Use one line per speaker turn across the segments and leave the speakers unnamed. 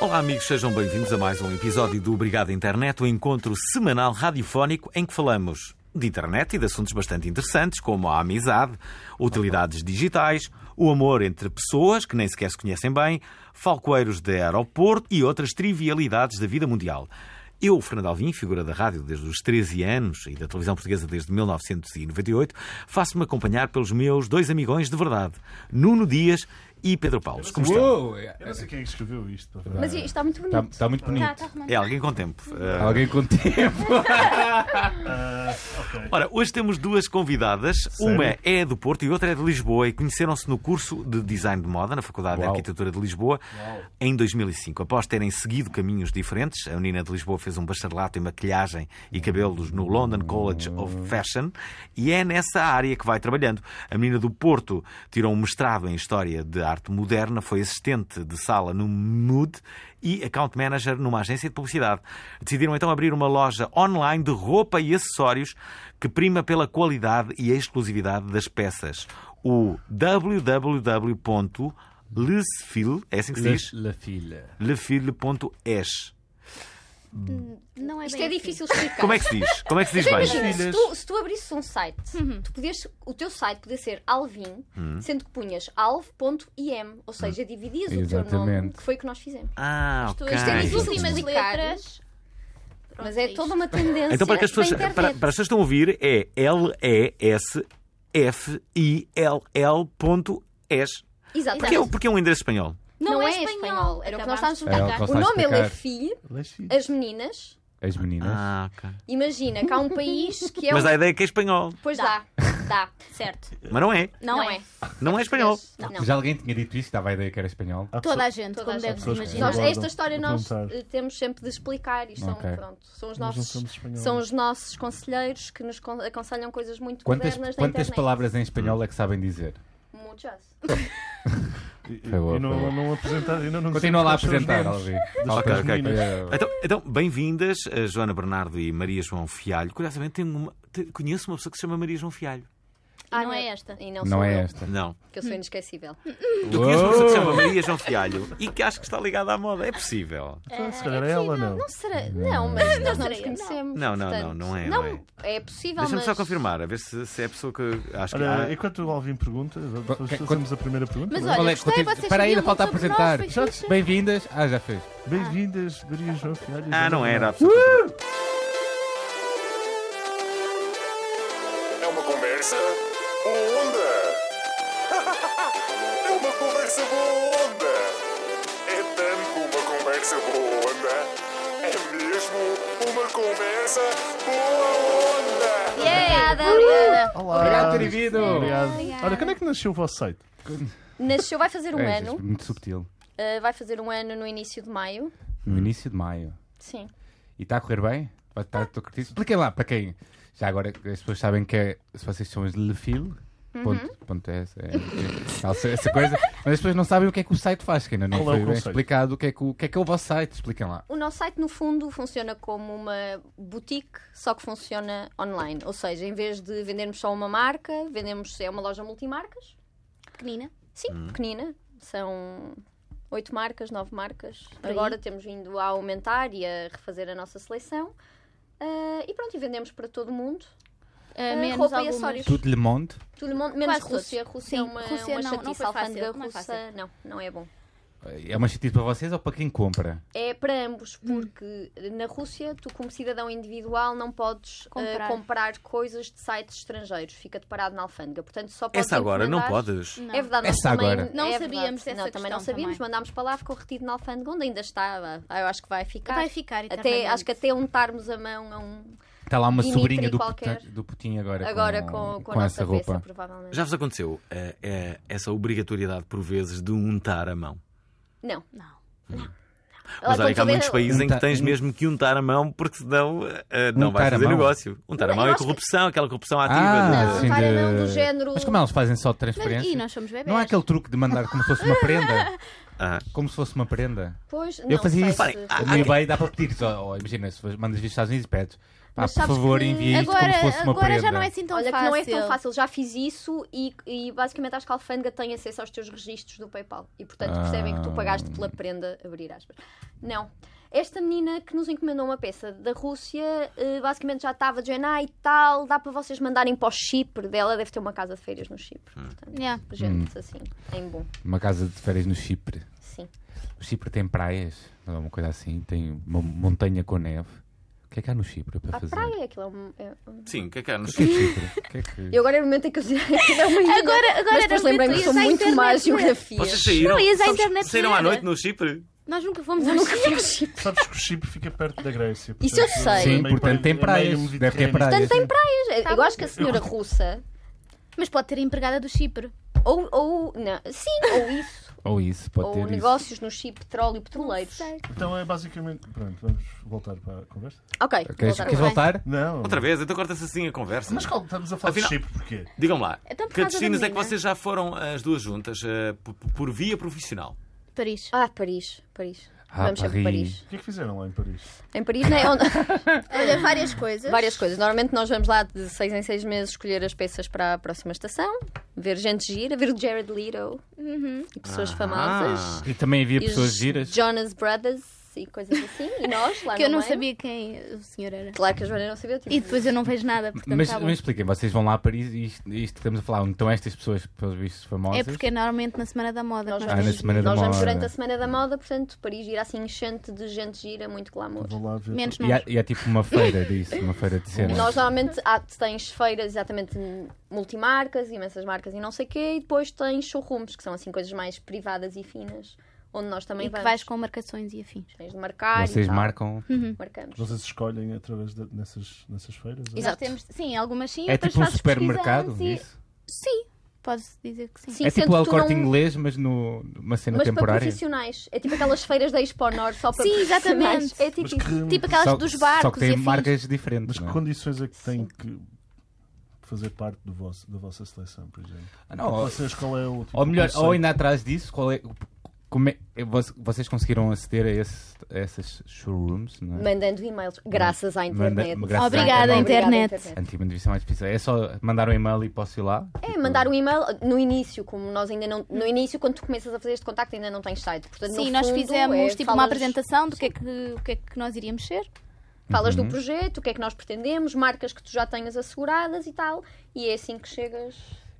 Olá, amigos, sejam bem-vindos a mais um episódio do Obrigado Internet, o encontro semanal radiofónico em que falamos de internet e de assuntos bastante interessantes, como a amizade, utilidades digitais, o amor entre pessoas que nem sequer se conhecem bem, falcoeiros de aeroporto e outras trivialidades da vida mundial. Eu, Fernando Alvim, figura da rádio desde os 13 anos e da televisão portuguesa desde 1998, faço-me acompanhar pelos meus dois amigões de verdade, Nuno Dias e Pedro Paulo. Como estão?
Uou! É-
Eu não sei quem é que escreveu isto. pá.
Mas isto está muito bonito.
Está- está
Tá,
muito bonito.
Está, está romântico.
É alguém com tempo. Eh,
Alguém com tempo.
Ora, hoje temos duas convidadas. Uma é do Porto e outra é de Lisboa. E conheceram-se no curso de Design de Moda na Faculdade é de
Uau.
Arquitetura de Lisboa em 2005. Após terem seguido caminhos diferentes, a menina de Lisboa fez um bacharelato em maquilhagem e cabelos no London College of Fashion e é nessa área que vai trabalhando. A menina do Porto tirou um mestrado em História de Arte Moderna, foi assistente de sala no MUD e account manager numa agência de publicidade. Decidiram então abrir uma loja online de roupa e acessórios que prima pela qualidade e a exclusividade das peças. O www.lesfil, é assim que se diz?
La filha.
Lefil.es.
Não é
Isto
bem
é
assim.
difícil explicar.
Como é que se diz? Como é que se diz bem?
Imagina, se
Filhas.
tu, se tu abrisses um site, tu podias, o teu site podia ser Alvin, sendo que punhas alv.im, ou seja, dividias o teu nome,
Exatamente.
que foi o que nós fizemos.
Ah,
Isto-
ok.
isto é
As
difícil.
últimas
Explicar.
letras. Pronto,
Mas é
isto.
toda uma tendência
Então, para que as pessoas,
da
para,
internet.
para as pessoas que estão a ouvir, é L-E-S-F-I-L-L.es. Porque, é-
Exatamente.
porque é um endereço espanhol.
Não, é espanhol.
Era o que nós
Acabaste
estávamos
de
a
explicar.
explicar.
Ela
O
está a
nome é
explicar.
Lefi,
Lexi.
as meninas.
As meninas.
Ah, ok.
Imagina que há um país que é
Mas
um...
dá a ideia é que é espanhol.
Pois dá, dá.
Certo.
Mas não é.
Não, é.
Não é espanhol.
Não.
Já alguém tinha dito isso? Dava a ideia que era espanhol?
Há
Toda
pessoa-
a gente,
Toda
como
a gente.
deve-se
Pessoas que
imaginar.
Nós,
Guardam,
esta história nós
perguntar.
eh, temos sempre de explicar. Isto são,
Ok.
pronto, são
Nós
os
não
nossos
somos espanhóis.
São os nossos conselheiros que nos con- aconselham coisas muito
Quantas,
modernas na
quantas
internet.
palavras em espanhol é que sabem dizer?
Muitas.
E- e-
Foi boa,
e não,
foi boa.
não apresentaram. e não- não
Continua lá a
dissemos
apresentar,
quais são os
Alvi.
nomes das
Ok,
outras
ok, ok.
meninas.
Então, então, bem-vindas, a Joana Bernardo e Maria João Fialho. Curiosamente, tenho uma- te- conheço uma pessoa que se chama Maria João Fialho.
Ah,
E
não é esta.
E não, Hum.
Não
sou
é
eu,
esta.
Não.
que eu sou inesquecível.
Eu conheço uma pessoa que se chama Maria João Fialho e que acho que está ligada à moda. É possível.
Então, se calhar é ela, não.
Não será. Não, mas nós não nos
serei eu, não.
conhecemos.
Não, não,
portanto,
não, não é,
Não,
não
é possível.
Deixa-me
mas...
só confirmar, a ver se, se é a pessoa que. Acho que.
Ora,
é
Ah,
enquanto o Alvin pergunta, vamos-
Qual- qual-
fazemos a primeira pergunta.
Mas
não é?
olha,
Qual é?
gostei,
Continua-
vocês
Espera, ainda
sabiam
falta
muito sobre
apresentar.
nós, foi fixe.
Bem-vindas. Ah, já fez.
Bem-vindas, Maria João Fialho.
Ah, não era. a
Uh!
pessoa que-
É uma conversa boa onda. É uma conversa boa onda. É tanto uma conversa boa onda. É mesmo uma conversa boa onda.
é,
Obrigada, obrigada.
Olá.
Obrigado por ter vindo.
Obrigado.
Obrigada.
Ora, quando é que nasceu o vosso site?
Nasceu, vai fazer um
É,
ano.
muito subtil.
eh, vai fazer um ano no início de maio.
Hum.
No início de maio.
Sim.
E está a correr bem? Vai estar estou curtindo. Expliquem lá para quem. Já agora as pessoas sabem que é, se vocês são as Lefil.
Uhum.
Ponto, ponto é, é, é, essa, essa coisa. Mas as pessoas não sabem o que é que o site faz, que ainda não
Qual é
foi
o
bem
conceito?
explicado o que, é que, o o que é que é o vosso site. Expliquem lá.
O nosso site, no fundo, funciona como uma boutique, só que funciona online. Ou seja, em vez de vendermos só uma marca, vendemos é uma loja multimarcas.
Pequenina.
Sim, pequenina. São oito marcas, nove marcas.
aí.
Agora temos vindo a aumentar e a refazer a nossa seleção. Ah, e pronto, e vendemos para todo o mundo.
Ah,
Ah,
menos
roupa e
algumas.
acessórios.
Tudo lhe monte.
Todo o mundo, menos
Quase todos.
Rússia. Rússia
Sim,
é uma,
Rússia
uma
não- não
chatice,
foi fácil,
alfândega
não é
russa.
fácil.
Não, não é bom.
É uma chatice para vocês ou para quem compra?
É para ambos,
Hum.
porque na Rússia, tu, como cidadão individual, não podes eh,
Comprar.
comprar, coisas de sites estrangeiros. Fica-te parado na alfândega. Portanto, só podes.
Essa agora não
encomendar-
podes.
Não.
É verdade, nós
Essa
também
agora.
Não
é
sabíamos
verdade.
dessa
Não, também não
questão
sabíamos.
também.
Mandámos para lá, ficou retido na alfândega, onde ainda está. Ah, Eu acho que vai ficar.
Vai ficar
até,
eternamente.
acho que até untarmos a mão a um.
Está Tá lá uma
E
sobrinha
Mitri
do,
qualquer.
Putin- do Putin agora,
Agora
com,
com, com, a
com
nossa
essa
cabeça,
roupa.
provavelmente.
Já vos aconteceu eh, eh, essa obrigatoriedade, por vezes, de untar a mão?
Não.
Não.
Mas
Lá,
olha que há
quando
muitos
tu vês-
países em que
Untar-
tens
un-
mesmo que untar a mão, porque senão eh, não
Untar
vais
a
fazer
mão?
negócio. Untar a mão é
eu acho que-
corrupção, aquela corrupção
Ah,
ativa.
Não,
de-
sim,
não
de-
não, do género-
Mas como elas fazem só transferência?
E nós somos bebés.
Não há aquele truque de mandar como se fosse uma prenda?
Ah.
Como se fosse uma prenda?
Pois,
Eu fazia isso.
Reparem, há-
No eBay dá para pedir. Só, ó, imagina, se fores- mandas vir aos Estados Unidos e pedes. Pá, por
Mas sabes
favor,
que
envia isto como
agora
se fosse uma
agora
prenda.
já não é assim tão
Olha,
fácil.
que não é tão fácil. Já fiz isso e, e basicamente acho que a alfândega tem acesso aos teus registros do PayPal. E portanto percebem que tu
Ah.
pagaste pela prenda, abrir aspas. Não. Esta menina que nos encomendou uma peça da Rússia, eh, basicamente já estava de género, "Ah, e tal, dá para vocês mandarem para o Chipre dela, deve ter uma casa de férias no Chipre. Portanto,
Yeah.
gente assim, em bom,
Uma casa de férias no Chipre.
sim.
O Chipre tem praias, ou uma coisa assim. Tem uma montanha com neve. O que é que há no Chipre para
A
fazer?
praia, aquilo é um. é um-
Sim, o que é que é?
O que é Chipre? O que é que-
E agora é o momento em que eu dizia que é uma ilha.
Agora, agora
Mas depois
era
lembrei-me que
muito-
sou
Ias à
muito má à
internet ver.
geografia.
Vocês saíram?
Não, ias à
Sabes-
internet
saíram à
ver.
noite no Chipre?
Nós nunca fomos ao Chipre.
Sabes que o Chipre fica perto da Grécia.
Isso eu
portanto,
sei.
é
Sim,
meio
portanto tem
parecido- é meio
praias. Deve ter
mediterrâneo.
praias.
Portanto, tem praias. eu
bom.
acho que a senhora russa,
Mas pode ter empregada do Chipre.
ou, ou não, sim, ou isso,
Ou isso, pode
ou
ter
negócios no chip petróleo e petroleiros.
Sei.
Então é basicamente. Pronto, vamos voltar para a conversa?
Ok,
isso. é- Queres,
voltar.
queres voltar?
Não.
Outra vez, então corta-se assim a conversa.
Mas calma, estamos a falar
Afinal-
de Chipre, porquê?
Digam-me lá,
Então, por
que
causa da
destinos é que
menina.
vocês já foram as duas juntas eh, por, por via profissional?
Paris.
Ah, Paris, Paris.
Ah,
Vamos sempre
Paris.
Paris.
O que é que fizeram lá em Paris?
Em Paris, né, onde...
Olha, várias coisas.
várias coisas. Normalmente nós vamos lá de seis em seis meses escolher as peças para a próxima estação, ver gente gira, ver o Jared Leto e pessoas famosas.
E também havia
E os
pessoas giras.
Jonas Brothers e coisas assim. E nós, lá
Que
no
eu não
meio.
sabia quem o senhor era.
Claro que a Joana não sabia. Tipo,
E depois eu não vejo nada, portanto
Mas,
tá bom.
mas expliquem, vocês vão lá a Paris e isto, isto que estamos a falar, onde estão estas pessoas, pelos vistos, famosas.
É porque é normalmente na Semana da Moda.
Nós
que
vamos,
Ah, na Semana da
nós vamos
Moda.
durante a Semana da Moda, portanto, Paris gira assim enchente de gente gira, muito glamour.
Vou lá ver.
Menos
E
nós.
há, e há tipo uma feira disso, uma feira de cenas.
Nós normalmente há, tens feiras exatamente multimarcas, imensas marcas e não sei o quê, e depois tens showrooms, que são assim coisas mais privadas e finas, onde nós também
E que
vamos.
vais com marcações e afins.
Tens de marcar. e
Vocês
tal.
marcam.
Uhum.
É
Marcamos.
Vocês escolhem através de, nessas, nessas feiras? é?
Exato.
Nós temos, sim, algumas sim,
É
outras
tipo um
fazes
supermercado,
pesquisa antes
isso?
e- Sim, podes dizer que sim.
Sim,
É
sendo
tipo o
que tu
corte
não-
inglês, mas no- numa cena
Mas para
temporária.
profissionais. É tipo aquelas feiras da Expo Nord só para
Sim,
profissionais.
exatamente.
É tipo
Mas
isso.
que,
Tipo aquelas
Hum, Só-
dos
Só
barcos
que
e
tem
afins.
marcas diferentes.
mas que
não é?
condições é que têm que fazer parte do vosso, da vossa seleção, por exemplo?
Ah, não, ou,
Vocês qual é o tipo
ou
de
melhor,
conceito?
ou ainda atrás disso, qual é. Como é vo- vocês conseguiram aceder a, esse, a essas showrooms? Não é?
Mandando e-mails, graças à internet.
Manda- graças à
Obrigada,
internet.
internet.
Antigamente devia ser mais difícil. É só mandar um e-mail e posso ir lá? Tipo,
É, mandar um e-mail no início, como nós ainda não. No início, quando tu começas a fazer este contacto, ainda não tens site. Portanto,
Sim,
no
nós
fundo,
fizemos
é,
tipo uma
falas-
apresentação do que, é que, o que é que nós iríamos ser.
Falas
Uhum.
do projeto, o que é que nós pretendemos, marcas que tu já tenhas asseguradas e tal, e é assim que chegas,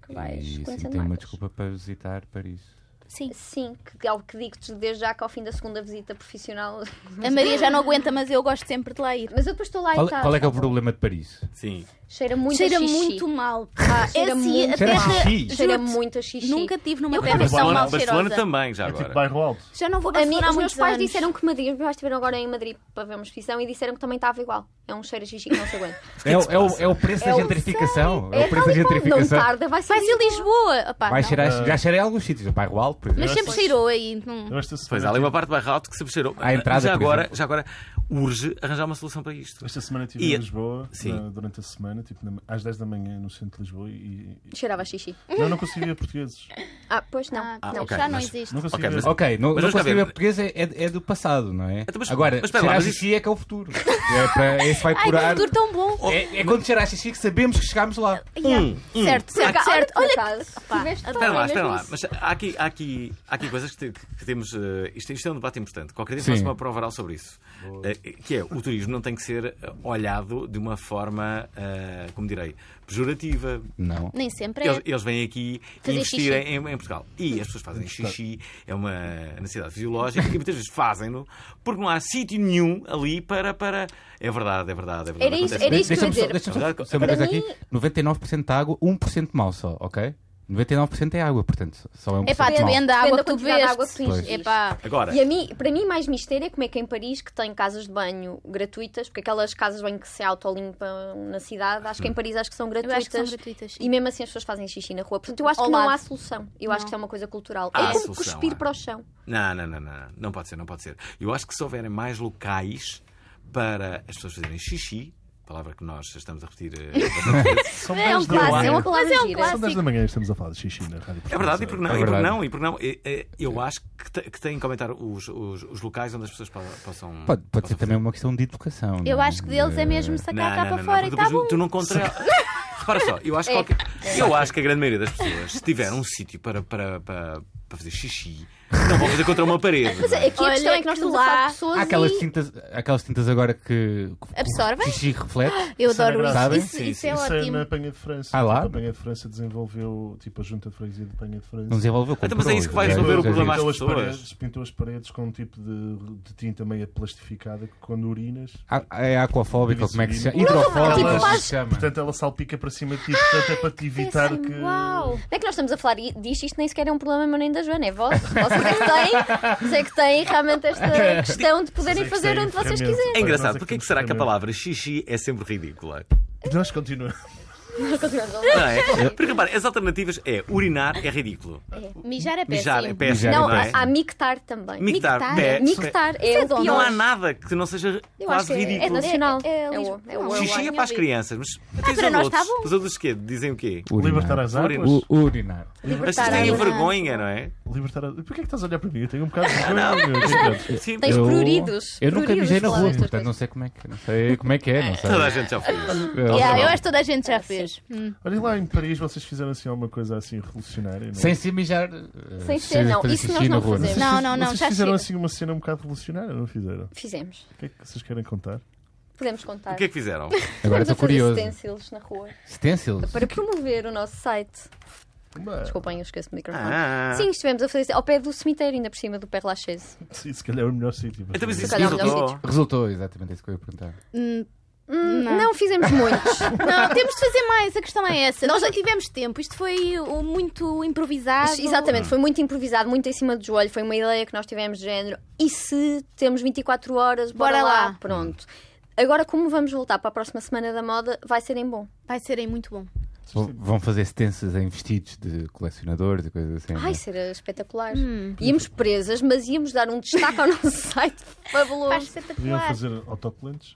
que vais
e assim
conhecendo
tem uma
marcas.
desculpa para visitar Paris.
Sim.
Sim, que é o que digo-te desde já que ao fim da segunda visita profissional.
A Maria já não aguenta, mas eu gosto sempre de lá ir.
Mas eu depois estou lá
Qual,
e tal.
qual é que é o problema de Paris?
Sim.
Cheira muito
cheira
a xixi.
muito mal.
Ah, cheira
É assim,
muito
Cheira a
até-
xixi?
juro-te,
Cheira muito a xixi.
Nunca tive numa
Eu
terra
quero
tão
Barcelona,
É mal
Barcelona
cheirosa.
também, já
É
agora.
tipo bairro alto.
Já não vou
A mim,
Barcelona há
os meus
muitos
pais
anos.
disseram que Madrid, eu estiveram agora em Madrid para vermos visão e disseram que também estava igual. É um cheiro a xixi que não se aguenta.
É, o- é o, é o preço da
É o-
gentrificação. É o preço da
tal e qual. Não
gentrificação.
tarda, vai ser
Vai ser Lisboa. Opá,
Vai
não.
cheirar, já cheira em alguns sítios, o bairro Alto, por exemplo.
Mas sempre cheirou aí. não-
Eu esta semana,
Pois há ali uma parte mais alta que se mexeram.
À entrada,
já,
por
agora,
exemplo.
já agora urge arranjar uma solução para isto.
Esta semana estive
E-
em Lisboa,
Sim.
na- durante a semana, tipo, na- às 10 da manhã no centro de Lisboa e. e-
Cheirava a xixi.
Não, não conseguia ver portugueses.
Ah, pois não.
Ah,
Ah,
não,
ok,
já não
mas-
existe.
Não conseguia
Ok,
ver.
mas-
Ok, não,
Mas
não
vamos cá
consigo ver
ver.
português, é, é- é do passado, não é?
Então, mas-
Agora,
mas espera lá,
cheirar
mas
xixi é que é o futuro. É para, esse vai
Ai, que
curar.
futuro tão bom.
É, é quando cheirar xixi que sabemos que chegámos lá.
Um, um.
Certo, certo, certo. Ah. Olha, pá,
Espera lá, espera lá. Mas há aqui, há aqui, há aqui coisas que, te- que temos. eh, isto, isto é um debate importante. Qualquer dia
Sim.
faço uma prova oral sobre isso. Eh, que é, o turismo não tem que ser eh, olhado de uma forma, eh, como direi, pejorativa.
Não.
nem sempre
Eles,
é.
eles vêm aqui
Fazer
investir
xixi.
em, em Portugal. E as pessoas fazem xixi, é uma necessidade fisiológica, e muitas vezes fazem-no porque não há sítio nenhum ali para. para... É verdade, é verdade, é verdade.
Era isso-
acontece
era
muito.
isso que eu
Deixa-me
ia
só,
dizer.
deixa só
Verdade,
dizer uma coisa
para
aqui: 99% de água, 1% de mal só, ok? 99% é água, portanto, só é um
É pá,
percento mau.
depende da água que
Depende
tu
da quantidade de água que
bebes.
tu ingeres.
É pá.
Agora,
E a mim, para mim, mais mistério é como é que em Paris, que tem casas de banho gratuitas, porque aquelas casas de banho que se autolimpam na cidade, acho que
Uhum.
em Paris acho que são gratuitas.
acho que são gratuitas, sim.
E mesmo assim as pessoas fazem xixi na rua. Portanto, eu acho
Ao
que
lado.
não há solução. Eu acho que isso é uma coisa cultural.
Há
é como
solução,
cuspir
há.
para o chão.
Não, não, não, não, não. Não pode ser, não pode ser. Eu acho que se houverem mais locais para as pessoas fazerem xixi, palavra que nós estamos a repetir. eh, bastante vezes.
São
É um
10 da manhã.
clássico, é uma palavra
Mas é um
gira.
São 10 da manhã e estamos a falar de xixi na rádio.
É verdade, e porque não?
É
e porque
verdade.
não? E porque não? Eh, eh, Eu acho que, te- que têm que aumentar os, os, os locais onde as pessoas pa- possam.
Pode, pode ser
possam
também uma questão de educação.
Eu
não
acho que deles é mesmo
fazer.
sacar
não,
cá
não,
para
não,
fora e
porque
tá
depois
bom.
tu não contra. Repara só, eu acho, que qualquer- eu acho que a grande maioria das pessoas, se tiver um sítio para, para, para, para fazer xixi, não vão fazer contra uma parede. não é?
Aqui a questão
Olha
é que nós
que
estamos a falar
lá.
de pessoas
Há aquelas
e-
tintas, aquelas tintas agora que. que
Absorvem?
O xixi reflete.
Eu
Isso é
adoro
engraçado.
isso. Isso,
Sim,
isso
sim.
é
Isso é
ótimo.
na Penha de França.
Ah, lá?
Tipo, A Penha de França desenvolveu, tipo, a junta de freguesia de Penha de França.
Não desenvolveu
Então, mas é isso que vai
comprou,
resolver o
já- já
problema
viu.
às
pintou as,
pessoas.
paredes, pintou as paredes com um tipo de, de tinta meio plastificada que quando urinas.
Ah, É aquafóbica, ou como é que se chama?
Não,
Hidrofóbica,
tipo,
como é que
faz-
se chama?
Portanto, ela salpica para cima de ti, portanto é para te evitar que.
Uau! Não é que nós estamos a falar i- disto, isto nem sequer é um problema meu nem da Joana, é vosso. Vocês é que têm, vocês é que têm realmente esta questão de poderem
Vocês
fazer
têm
onde vocês
ferramentas.
quiserem.
É engraçado,
Nós é que
porque é que
temos
será que a
também.
palavra xixi é sempre ridícula?
Nós continuamos.
Não é? Porque repara, as alternativas é urinar é ridículo.
Mijar é péssimo.
Mijar é péssimo. Não,
Não, há,
é?
há mictar também.
Mictar, é-
Mictar é o
Não há
pior.
nada que não seja
Eu
quase
acho que é- é
ridículo.
nacional. É- é- é-
Lisboa.
é- é-
Não,
Xixi
eu
é
não
para as
vi.
crianças, mas até
para
os
nós está
adultos.
bom.
Os adultos quê? Dizem o quê?
Libertar as
Urinar.
águas.
U- Urinar.
As
Libertar
pessoas têm
a-
vergonha, não é?
Libertar as... Porquê é que estás a olhar para mim? Eu tenho um bocado de vergonha. meu. tipo, Quer dizer,
Sim,
Tens
Eu-
pruridos.
Eu nunca
Pruridos
mijei na
falar
rua,
destas
portanto não sei como é que, não sei como é, que é. Não sei.
toda a gente já fez.
Eu-
Yeah, eu acho que toda a gente já fez.
Olhem lá em Paris, vocês fizeram assim alguma coisa assim revolucionária. Não?
Sem se mijar.
Sem
eh,
ser,
fazer
não.
xixi
Isso
na
nós não
rua, é?
fazemos.
Não, não, não,
Vocês
já
fizeram
chega.
assim uma cena um bocado revolucionária, não fizeram?
Fizemos.
O que é que vocês querem contar?
Podemos contar.
O que é que fizeram?
Agora
Estamos a
estou
fazer
curioso.
stencils Tá na rua
Stencils?
para promover o nosso site.
Bah,
Desculpem, eu esqueço o microfone.
Ah.
Sim, estivemos a fazer isso ao pé do cemitério, ainda por cima do Père Lachaise.
sim, se calhar é o melhor sítio. para
Então, mas
fazer
isso
calhar é o melhor
resultou.
Resultou, exatamente isso que eu ia perguntar.
Hum, não. fizemos muitos.
Não, temos de fazer mais, a questão é essa. Nós não tivemos tempo, isto foi uh, muito improvisado.
Exatamente, foi muito improvisado, muito em cima do joelho. Foi uma ideia que nós tivemos de género. E se temos 24 horas, bora,
Bora
lá.
lá.
Pronto. Agora, como vamos voltar para a próxima semana da moda, vai ser em bom.
Vai serem muito bom.
Vão- Vão fazer stencils em vestidos de colecionadores e coisas assim.
Ai, será eh, espetacular. Íamos presas, mas íamos dar um destaque ao nosso site fabuloso.
Podiam fazer autocolantes?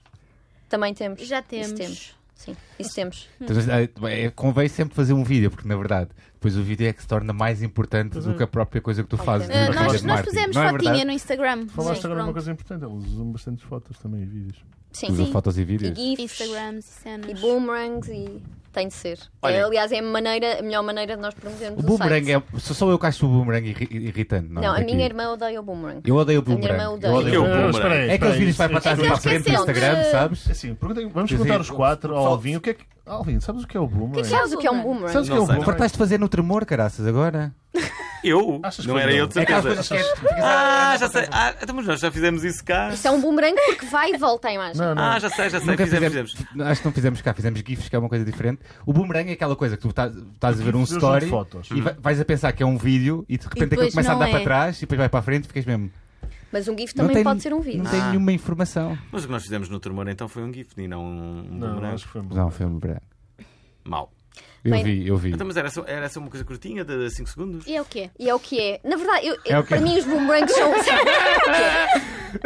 Também temos.
Já temos.
Isso temos. Sim, isso temos.
Então, ah, é, convém sempre fazer um vídeo, porque na verdade, depois o vídeo é que se torna mais importante do
é.
que a própria coisa que tu fazes.
Uh,
na
Fazer
nós,
faculdade de
nós
marketing.
pusemos
Não é
fotinha
verdade?
no Instagram.
Falaste
Sim,
agora uma
pronto.
coisa importante, eles usam bastantes fotos também e vídeos.
Sim.
Usa
é? Sim.
fotos e vídeos.
E GIFs.
Instagrams e
E
cenas.
boomerangs e. Tem de ser.
Olha-
É, aliás, é a, maneira, a melhor maneira de nós
O
promovermos o,
boomerang
site.
é. Sou só eu que acho o boomerang irri- irritante. Não,
Não, a
daqui.
minha irmã odeia o boomerang.
Eu odeio o
minha irmã
boomerang.
odeia.
Eu odeio
Eu-
o
boomerang.
espera aí,
É
espera
aqueles
aí,
vídeos que vai para
isso-
trás e
é
para a
que
frente no
esqueceram
Instagram,
de-
sabes?
Assim, perguntem- vamos
Quer
perguntar
dizer,
os quatro ao
só-
Alvin o que é que. Alvin, sabes o que é o boomerang?
que é
Sabes o que é um boomerang?
Sabes o que é
Não
o
sei,
boomerang?
Fartaste de fazer no tremor, caraças, agora?
Eu?
Achas que
Não
foi
era
não?
eu, de
É aquelas
certeza.
coisas que és-
Ah, já sei. Ah, então, mas nós já fizemos isso cá.
Isso é um boomerang porque vai e volta a imagem.
Não, não.
Ah, já sei, já sei.
Nunca
Fizemos, fizemos.
Acho que não fizemos cá, fizemos GIFs, que é uma coisa diferente. O boomerang é aquela coisa que tu estás, estás a ver um
GIFs eu
story
junto fotos.
e vai-
Uhum.
vais a pensar que é um vídeo e de repente aquilo
depois
começa a
não
andar
é.
para trás e depois vai para a frente e ficas mesmo.
Mas um GIF
não
também
tem-
pode ser um vídeo.
Não tem
Ah.
nenhuma informação.
Mas o que nós fizemos no Tremor então foi um gift e não um
Não,
boomerang.
acho que foi um
Não, foi um boomerang.
Mau.
Eu
Bem,
vi, eu vi.
Então, mas era só, era só uma coisa curtinha de 5 segundos?
E é o quê?
E é o que é. Na verdade, eu-
É o que
para
é.
mim os boomerangs são.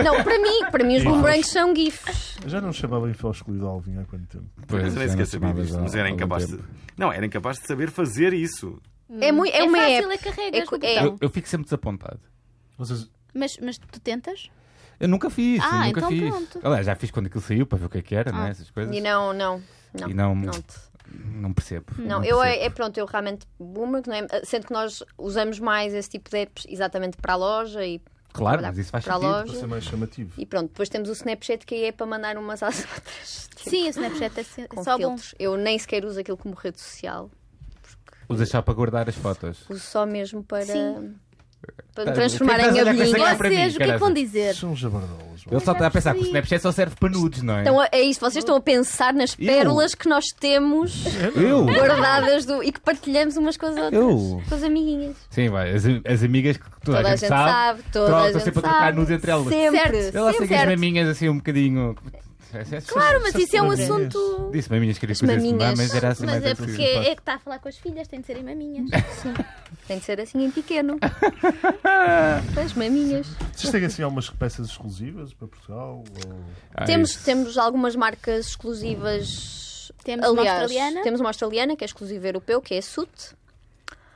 não, para mim, para mim os boomerangs são GIFs.
Eu já não chamava infoscolido Alvin há quanto tempo.
Mas eu nem
já
sequer
não
sabia
chamavas
disto.
há-
Mas era
há algum
incapaz de.
tempo.
Não, era incapaz de saber fazer isso.
É, muito, é,
É
uma
fácil,
app.
é carregas
É
no
co- é-
botão.
Eu fico sempre desapontado.
Vocês,
Mas, mas tu tentas?
Eu nunca fiz, eu
Ah,
nunca
então
fiz.
pronto.
Aliás, já fiz quando aquilo saiu para ver o que é que era, não é? Essas coisas.
Ah. E não, não. Não,
E não- é
não, te-
Não percebo.
não, eu
percebo.
é, é pronto, eu realmente boomerang, não é? sendo que nós usamos mais esse tipo de apps exatamente para a loja e
Claro,
trabalhar
mas isso faz
para a
sentido.
para
loja.
ser mais chamativo.
E pronto, depois temos o Snapchat que aí é para mandar umas às outras. tipo,
Sim, o Snapchat é se-
com
só bom.
filtros. Eu nem sequer uso aquilo como rede social.
Usa só para guardar as fotos.
Uso só mesmo para,
Sim.
para
Ah,
transformar
o que é que
em
estás a olhar com essa
agulhinhas.
para mim,
Vocês, o que é que
caralho.
vão dizer?
São jabardolas.
Ele só está a pensar que o Snapchat só serve para nudes, não é?
Então, é isso, vocês estão a pensar nas pérolas que nós temos
Eu?
guardadas do- e que partilhamos umas com as outras,
Eu.
com as amiguinhas.
Sim, vai. As, as amigas que toda,
Toda a gente sabe, toda
tro-
a
estão
gente
sempre a trocar
sabe.
nudes entre elas.
Sempre,
Certo.
Eu lá sei que as
sempre.
maminhas assim um bocadinho.
Claro, mas isso é um
As maminhas.
assunto.
Disse maminhas queria
As
coisas de
maminhas.
mas era assim
Mas
mais
é
assim.
porque é que está a falar com as filhas, tem de serem maminhas.
Tem de ser assim em pequeno. as maminhas.
Vocês têm assim algumas peças exclusivas para Portugal? Ou...
Ah,
Temos,
isso.
temos algumas marcas exclusivas.
Temos uma
Aliás,
australiana.
Temos uma australiana, que é exclusiva europeu, que é a SUT. Ah,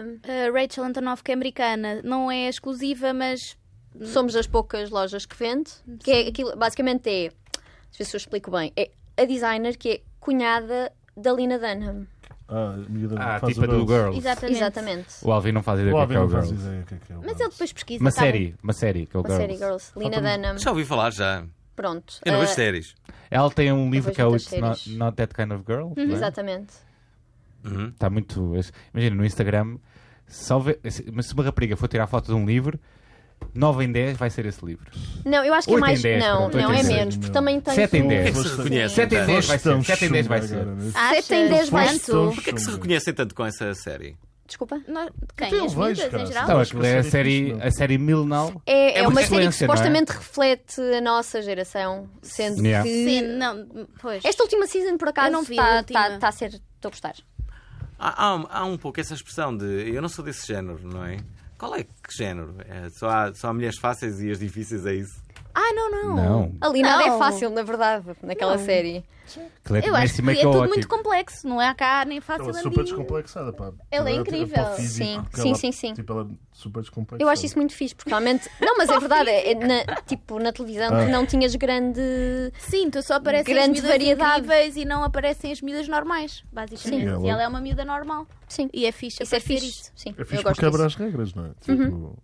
Ahm,
A Rachel Antonoff, que é americana, não é exclusiva, mas
somos das poucas lojas que vende. Que é aquilo, basicamente é, deixa eu ver se eu explico bem, é a designer que é cunhada da Lina Dunham.
Ah, a amiga da-
Ah,
faz
tipo a do
o Girls.
Girls.
exatamente.
Exatamente.
O Alvin não faz ideia
O
do que
Alvin
é o
não faz
Girls.
ideia o que é que é o
Mas ele
Girls.
depois pesquisa.
Uma
tá bom.
série, uma série que é o
Uma série
Girls.
Girls. Lina Dunham.
Já ouvi falar já.
Pronto.
É
Eu não vejo
Ah,
séries.
Ela tem um livro
vejo
que é o
muitas
It's not,
séries.
Not That Kind of Girl. não é?
Exatamente.
Uhum.
Está Tá muito. Imagina, no Instagram, só vê- se mas se uma rapariga for tirar foto de um livro, 9 em 10 vai ser esse livro.
Não, eu acho que é
Oito em
mais.
dez,
não,
pronto,
não,
oito
é
em dez.
menos, porque também tem.
Sete em
o-
Por que é
dez.
que se então?
Foste-
reconhecem
Sete em
tanto?
dez vai
Por
ser.
Tão
7 em 10 vai
chunga
ser.
agora, né?
Achas?
Sete em Ah, dez vai
Foste
ser.
tão
Por
que é que se
um-
chunga.
reconhecem tanto com essa série?
Desculpa.
Nós- Quem?
eu
As
vejo,
miúdas,
cara.
em
Tá
geral?
Então,
acho que
aquilo
vai
é a
ser
série,
difícil.
a série milenar.
É,
É
é
uma
uma série que
influência, não é?
supostamente reflete a nossa geração, sendo
Yeah.
que.
Sim, não, pois.
Esta última season, por
Eu
acaso,
não vi a
está
última.
tá, tá a ser. Estou a gostar.
Há, há um- há um pouco essa expressão de eu não sou desse género, não é? Qual é que género? É, só, há, só há mulheres fáceis e as difíceis é isso?
Ah, não, não.
Não.
Ali nada
Não.
é fácil, na verdade, naquela série.
Aquilo é
Eu acho que
péssimo,
é tudo muito
caótico.
complexo, não é cá nem fácil
Ela é
a
super
mim.
descomplexada, pá. tipo
Ela é
Para o
incrível.
físico
Sim.
que
Sim,
ela-
sim, sim.
Tipo, ela é super descomplexada.
Eu acho isso muito fixe, porque realmente. Não, mas é verdade, é- é na- tipo, na televisão
Ah.
não tinhas grande.
Sim, tu só aparecem
Grande
as miúdas
variedade.
incríveis e não aparecem as miúdas normais, basicamente.
Sim.
E ela é uma miúda normal.
Sim.
E é fixe
Isso é
aparecer
fixe.
isso.
Sim,
É
eu
fixe porque
gosto
quebra
disso. Uhum.
as regras, não é? Tipo,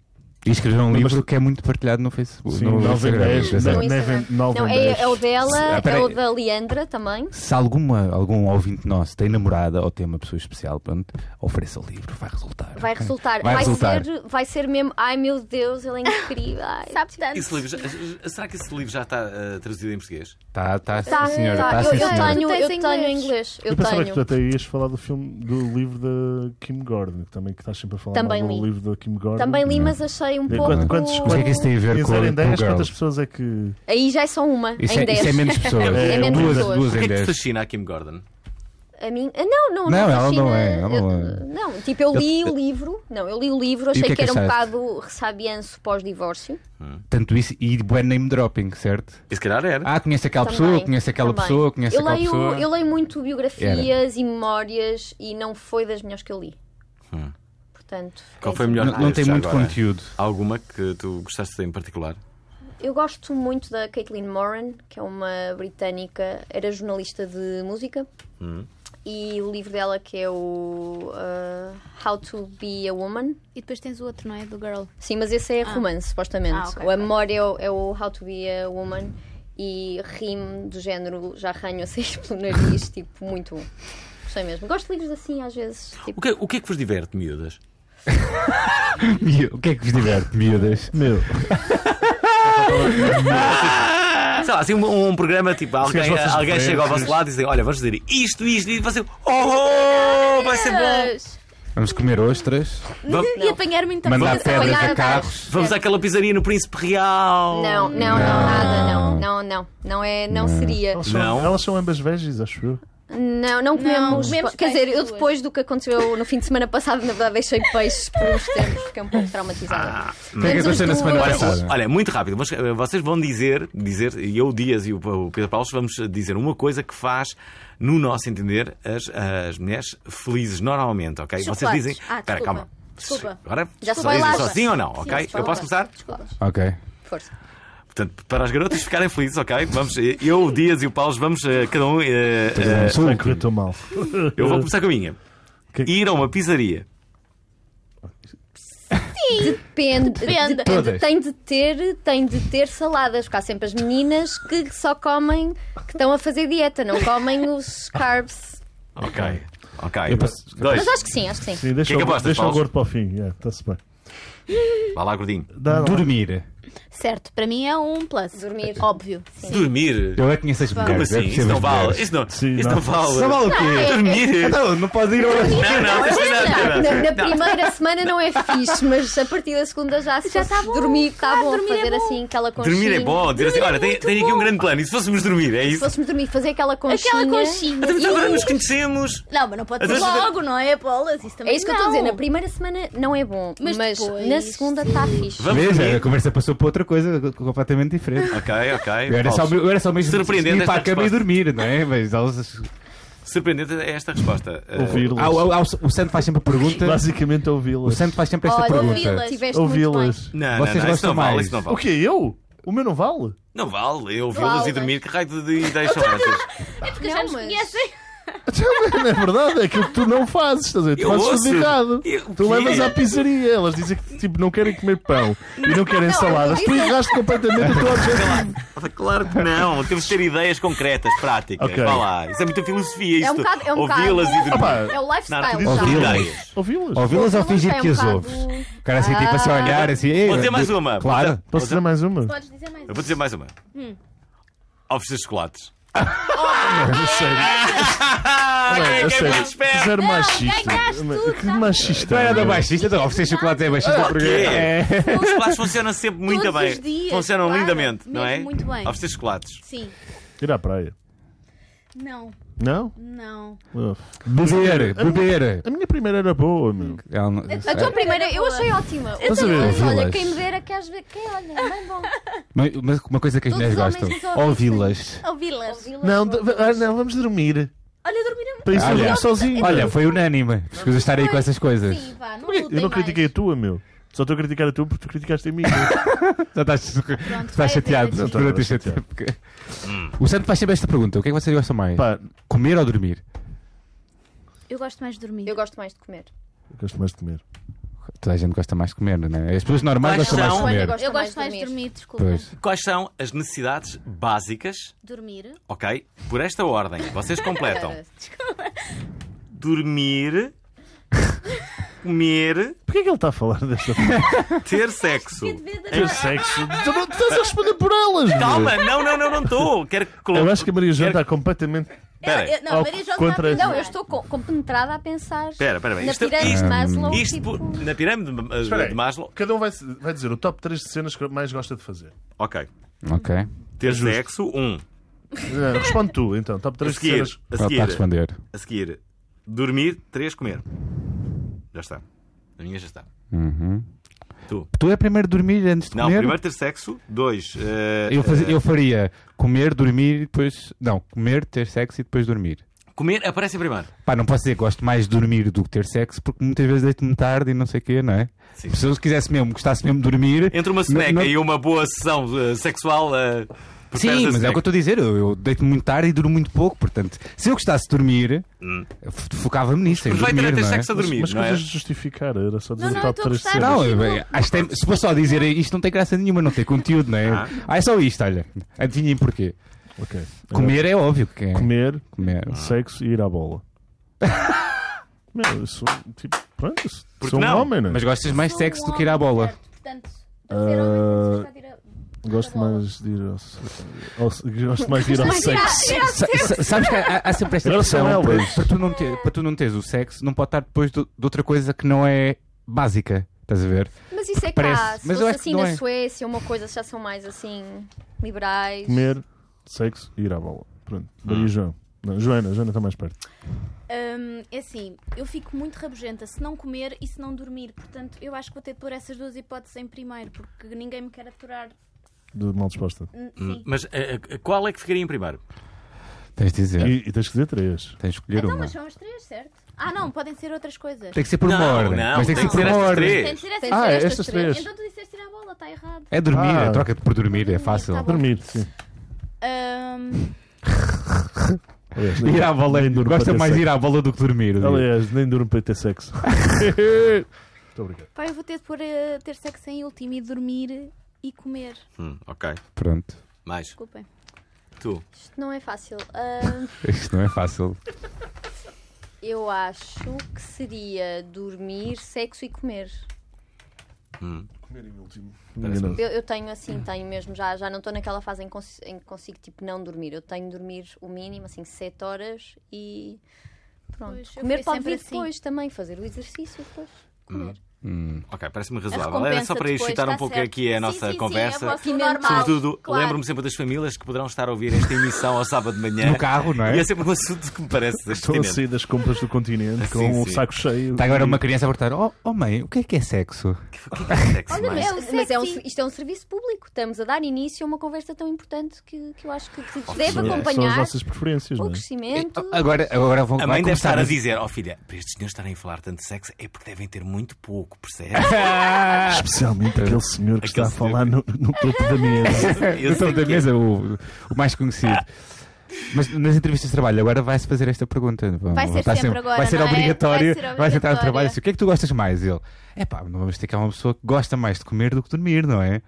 E escrever um
Mas-
livro que é muito partilhado no Facebook.
sim,
no
9 em
Instagram,
10.
quer dizer.
No Instagram. é Não, é, é o dela,
Ah, peraí.
é o da Leandra também.
Se alguma, algum ouvinte nosso tem namorada ou tem uma pessoa especial, pronto, ofereça o livro, vai resultar.
Vai
ok?
resultar.
Vai, resultar.
Ser, vai ser mesmo. Ai meu Deus, ele é incrível. Ai,
Sabe tanto.
Esse livro já- será que esse livro já está ah, traduzido em português?
Tá, tá, sim,
tá,
senhora,
tá.
tá,
eu,
sim,
eu
senhora.
tenho, eu
Tu tens
tenho em
inglês.
inglês. Eu,
Eu pensava que tu
tenho.
até ias falar do filme do livro da Kim Gordon, que também que estás sempre a falar
Também
mal do
li.
livro da Kim Gordon.
Também li, mas achei um
E
pouco.
quanto- quantos-
Mas o que é que isso tem a ver
Em
com,
0 em
com
10, quantas
girls?
pessoas é que.
Aí já é só uma,
Isso
em
é,
10.
isso é menos pessoas.
É menos
duas,
pessoas.
O
duas
que é
em
que te
10.
fascina a Kim Gordon?
A mim? Ah, Não, não,
Não, ela não
fascina-
é, ela não
eu- não, tipo, eu li o livro. Não, eu li o livro, achei
que é
que,
que
era um
achaste?
bocado ressabianço pós-divórcio.
Tanto isso e bom name dropping, certo?
E se calhar era.
Ah, conhece aquela
Também,
pessoa, conhece aquela
também.
pessoa, conhece
eu
aquela
leio,
pessoa.
Eu leio muito biografias e memórias e não foi das melhores que eu li.
Hum.
Portanto, fiquei
Qual foi a
assim.
melhor
Não, não
Ah,
tem
já
muito
agora.
conteúdo.
Alguma que tu gostaste em particular?
Eu gosto muito da Caitlin Moran, que é uma britânica, era jornalista de música.
Hum.
E o livro dela que é o uh, How to Be a Woman.
E depois tens o outro, não é? Do Girl.
Sim, mas esse é romance, supostamente.
Ah, ok,
o
ok.
A Memória é o, é o How to Be a Woman e rime do género já arranho a sair pelo nariz, tipo, muito bom. Gostei mesmo. Gosto de livros assim, às vezes.
O
Tipo,
que, o que é que vos diverte, miúdas?
Mia- O que é que vos diverte, miúdas?
Meu,
Sei lá, assim um, um programa tipo,
as
alguém,
vossas
alguém chega ao vosso
referências.
lado e diz: Olha, vamos dizer isto, isto, e você. Oh, vai ser bom!
Vamos comer ostras,
Vamos,
E apanhar muita
mandar
coisa.
pedras
apanhar
a
a
carros.
vamos àquela pizzaria no Príncipe Real!
não, não, não, nada, não, não, não. Não é, não seria.
elas são,
Não.
elas são ambas veggies, acho eu.
Não, não comemos.
comemos
quer dizer,
peixe
eu
cru.
depois do que aconteceu no fim de semana passado, na verdade, deixei peixes por uns tempos, fiquei um pouco traumatizada.
O que é que
Menos
aconteceu na
as
semana
duas.
passada?
Olha, muito rápido, mas eh, vocês vão dizer, dizer, e eu, Dias e o o Pedro Paulo, vamos dizer uma coisa que faz, no nosso entender, as, as mulheres felizes normalmente, ok? Vocês
Chocolates.
dizem.
Ah,
Espera,
desculpa.
calma.
Desculpa.
Agora,
Já
só
foi
dizem
lá.
só sim ou não, ok?
desculpa.
eu posso começar?
Ok.
Força.
Portanto, para as garotas ficarem felizes, ok? Vamos, eh, eu, o Dias e o Paulo, vamos, eh, cada um. eh,
É,
eh,
Vai correr tão mal.
eu vou começar com a minha.
é. Que-
Ir a uma pizzaria.
Depende,
Depende.
depende.
Todas.
Tem de ter, tem de ter saladas, porque há sempre as meninas que só comem, que estão a fazer dieta, não comem os carbs.
Ok. Ok.
posso-
Dois.
Mas acho que sim, acho que sim.
Sim, deixa,
que
o,
apostas,
deixa o
Paulo?
gordo para o fim. yeah, Está-se bem.
Tá Vá lá, gordinho.
Dá-
Dormir.
Certo, para mim é um plus.
Dormir.
Óbvio. Sim.
Dormir?
Eu é que tinha seis
Como
mulheres.
assim?
é
Isso não vale. Isso não,
Sim,
isso não
não.
vale.
Não é vale o
é.
quê?
Dormir?
Então, não pode ir hoje.
Não, não, isso não, não, não.
Ah, Na, na primeira semana não é fixe, mas a partir da segunda já se
Já
fosse
tá bom,
dormir, está
claro,
bom
dormir é
fazer
bom.
assim aquela conchinha.
Dormir é bom. Dizer assim, olha, tenho, tenho aqui um grande plano. E se fôssemos dormir? É
Se
isso?
fôssemos dormir, fazer aquela conchinha.
Aquela conchinha.
Até porque agora
Ih,
nos conhecemos.
Não, mas não pode ser
Então, se-
logo, não é? Bolas, isso também
É isso que eu estou a
não.
dizer. Na primeira semana não é bom,
Mas
mas,
depois-
na segunda está fixe.
Vamos
Veja, é a
dormir.
conversa passou para outra coisa completamente diferente.
Ok, ok.
Eu era, só,
Paulo,
eu era só mesmo
Surpreendente
ir para a
esta
cama e
resposta.
dormir, não é? Mas elas-
Surpreendente é esta resposta. Eh,
Ouvi-las.
Ah, o- ah, o o Santo faz sempre a pergunta.
Basicamente,
O
ouvi-las.
Santo faz sempre esta
Olha,
pergunta.
ouvi-las.
Tiveste é muito bem.
Ouvi-las.
Não,
Vocês
não, não, isso
gostam
não vale,
mais?
isso não vale.
O quê? Eu? O meu não vale?
Não vale, eu ouvi-las e
Vale.
dormir, que raio de de ideias são essas?
Porque
Não,
já nos
mas-
conhecem.
Então, não é verdade, é aquilo que tu não fazes, estás a ver? Tu
Eu
fazes
ouço.
tudo errado.
Eu-
Tu
o quê?
levas à pizzaria, elas dizem que tipo, não querem comer pão e não querem saladas. Tu erraste completamente o teu objetivo.
Claro que não, temos de ter ideias concretas, práticas.
Ok.
Vá lá, isso é muita filosofia. Isto.
É um bocado- é um
ouvi-las e
bocado-
dormir.
É o lifestyle.
Não,
já.
são
Ouvi-las.
ideias.
Ouvi-las?
Ouvi-las ou
Ouvi-las
fingir
é um
que as
bocado- Ah,
ouves? O cara assim, tipo assim, a olhar assim. "Ei,
Vou ter mais
de-
uma.
Claro.
Posso dizer mais uma?
Podes dizer mais. um.
Eu vou dizer mais uma. Oferecer chocolates.
Não sei.
Ah, quem
Não,
é
a
que é mais
sério,
esperto?
Zero machista.
ganhaste tudo,
Que machista.
Não era da baixista, então, oferecer chocolates é baixista porque. É.
Os chocolates funcionam sempre muito
Todos
bem.
os dias,
funcionam
claro.
lindamente, não
Mesmo
é?
muito bem.
Oferecer chocolates.
Sim.
Ir à praia.
Não,
Não?
não.
Uf.
Beber, beber.
A minha primeira era boa, meu.
Ela não- É,
A tua primeira, eu
boa.
achei ótima.
Estás a ver?
Olha,
Ouvi-las.
quem me dera que às vezes. Quem olha, é bem bom.
Mas- Mas uma coisa que as
Todos
mulheres
os homens
gostam:
nos ouvem.
ouvi-las.
Ouvi-las.
Ouvi-las.
Não, de- ah, não, vamos dormir.
Olha, dormiram.
Para isso eu
Olha.
dormir sozinho.
Olha, foi unânime. Escusa estar aí com essas coisas.
Sim, vá, não
eu não critiquei a tua, meu. Só estou a criticar a tua porque tu criticaste a mim.
Já estás,
vai
estás chateado.
haver
assim.
Durante este
Chateado.
tempo. O Santo faz sempre esta pergunta: o que é que vocês gostam mais?
Pá,
Comer ou dormir?
Eu gosto mais de dormir.
Eu gosto mais de comer.
eu gosto mais de comer.
Toda a gente gosta mais de comer, não é? As pessoas normais
Paixão.
gostam mais de comer.
Olha, gosto
Eu gosto mais de dormir, desculpa.
Pois.
Quais são as necessidades básicas
Dormir.
Ok? Por esta ordem, vocês
Então.
completam. Dormir, comer,
Porquê é que ele está a falar desta forma?
ter sexo.
Ter sexo? Tu não tu estás a responder por elas, meu.
Calma, não, não, não, não estou. Quero que coloque.
Eu acho que a Maria João está completamente.
Espera, aí,
Eu- não,
Ao
Maria João
contra-
está a
Não, é? eu estou co- compenetrada a pensar
espera, espera. bem.
na
Isto,
pirâmide de
isto-
Maslow.
isto
tipo-
por- na pirâmide de- de, de Maslow,
Cada um vai, vai dizer o top 3 de cenas que mais gosta de fazer.
ok.
Ok.
É
Ter sexo, um.
Não, Responde tu, então. Top
A
3 de
seguir,
cenas.
a
Pronto, está a
seguir,
responder.
a seguir, dormir, três, comer. Já está. A minha já está.
Uhum.
Tu.
Tu é primeiro dormir antes de
Não,
comer?
primeiro ter sexo, dois. eh,
Eu, fazia-
eh,
eu faria comer, dormir e depois. Não, comer, ter sexo e depois dormir.
Comer aparece em primeiro.
Pá, não posso dizer que gosto mais de dormir do que ter sexo, porque muitas vezes deito-me tarde e não sei o quê, não é?
Sim.
Se eu quisesse mesmo, gostasse mesmo de dormir.
Entre uma
não-
soneca
não-
e uma boa sessão eh, sexual. eh, preferes a
Sim, mas é o
soneca.
que eu estou a dizer. Eu, eu deito-me muito tarde e durmo muito pouco. Portanto, se eu gostasse de dormir, eu fo- focava-me nisso. em
Hum. Mas vai ter
dormir,
até
não é?
sexo a dormir,
Mas
não é?
coisas de justificar, era só dizer
Não, não,
o
eu
top
estou a
3
gostar.
cenas.
Não,
Sim,
eu-
não.
acho que tem- se for só dizer isto não tem graça nenhuma, não tem conteúdo, não é?
Ah.
Ah, é só isto, olha. Adivinhem porquê.
Ok.
Comer é óbvio que é.
Comer,
Comer.
Ah.
sexo e ir à bola. Meu, eu sou tipo. Pronto, eu sou
Porque
um
não?
homem, né?
Mas gostas mais de sexo do que ir à bola.
Portanto,
Ah,
à
gosto
bola.
mais de ir ao, ao- Gosto mais de ir ao
é
sexo.
Sa- sa- Sabes que há, há sempre esta
Agora são
questão para,
elas.
para tu não ter, para tu não teres o sexo, não pode estar depois do- de outra coisa que não é básica. Estás a ver?
Mas isso é
Parece.
cá. Se
Mas eu
fosse
acho que
assim
não
na
é.
Suécia, uma coisa já são mais assim liberais.
Comer, sexo e ir à bola. Pronto. Maria
Hum.
João. Não, Joana, Joana está mais perto.
Hum, é assim, eu fico muito rabugenta se não comer e se não dormir. Portanto, eu acho que vou ter de pôr essas duas hipóteses em primeiro, porque ninguém me quer aturar.
De mal disposta.
Hum, Sim.
Mas eh, eh, qual é que ficaria em primeiro?
Tens de dizer.
E, e tens que dizer três.
Tens de escolher
Então,
uma.
mas são as três, certo? Ah, não, podem ser outras coisas.
Tem que ser por uma
Não,
ordem.
não,
mas tem que
tem
ser
que
por
ser
uma
estas
ordem.
três.
Tem de ser essas
Tem de ser
Ah, é
estas
estas
três.
três.
Então tu disseste tirar a bola, está errado.
É dormir,
Ah.
é troca por dormir, é fácil.
Tá bom.
Dormir, sim.
Hum,
Aliás, nem-
Ir à bola,
nem durmo
gosta
para ter
mais de ir
sexo.
à bola do que dormir.
Aliás, nem durmo para ter sexo. Muito obrigado.
pá, eu vou ter de pôr eh, ter sexo em último e dormir e comer.
Hum, ok.
Pronto.
Mais.
Desculpem.
Tu.
Isto não é fácil. Ahn,
Isto não é fácil.
eu acho que seria dormir, sexo e comer.
Hum.
comer em último. Enganoso.
Eu, eu tenho assim, tenho mesmo, já, já não estou naquela fase em, que cons- em que consigo tipo não dormir. Eu tenho de dormir o mínimo, assim, 7 horas e pronto.
Pois, eu
comer
fui
pode
sempre
vir
assim.
depois também, fazer o exercício depois. Comer.
Ok, parece-me
A
razoável.
recompensa
Era só para
depois,
excitar um
tá
pouco
certo.
aqui a
Sim,
nossa
sim, sim, é a
conversa.
vossa normal,
Sobretudo,
claro.
lembro-me sempre das famílias que poderão estar a ouvir esta emissão ao sábado de manhã.
No carro, não é?
E é sempre um assunto que me parece
Estou a
pertinente.
sair assim das compras do continente com
Sim, sim.
o
Tá
saco cheio. É,
Está agora uma criança a perguntar: Oh, oh mãe, o que é que é sexo?
Sexo
Olha,
mais.
mas-
Mas,
Sexy.
mas é um, isto é um serviço público. Estamos a dar início a uma conversa tão importante que, que eu acho que, que deve
São- São as
acompanhar
nossas preferências, não
o
é?
crescimento.
Então,
Agora, agora vão
A
vai
mãe deve
começar
estar a dizer, oh filha, para estes senhores estarem a falar tanto de sexo é porque devem ter muito pouco, percebes?
Especialmente aquele senhor que
É. Aquele
está a
senhor
falar no, no topo da mesa.
Eu sei
no topo da
que é.
mesa, o, o mais conhecido. Mas nas entrevistas de trabalho, agora vai-se fazer esta pergunta. Vão-
Vai ser
estar
sempre agora,
Vai ser
não é?
obrigatório. Vai
Vai ser
sentar no
obrigatório.
trabalho assim, o que é que tu gostas mais? Ele, é pá, não vamos ter cá uma pessoa que gosta mais de comer do que dormir, não é?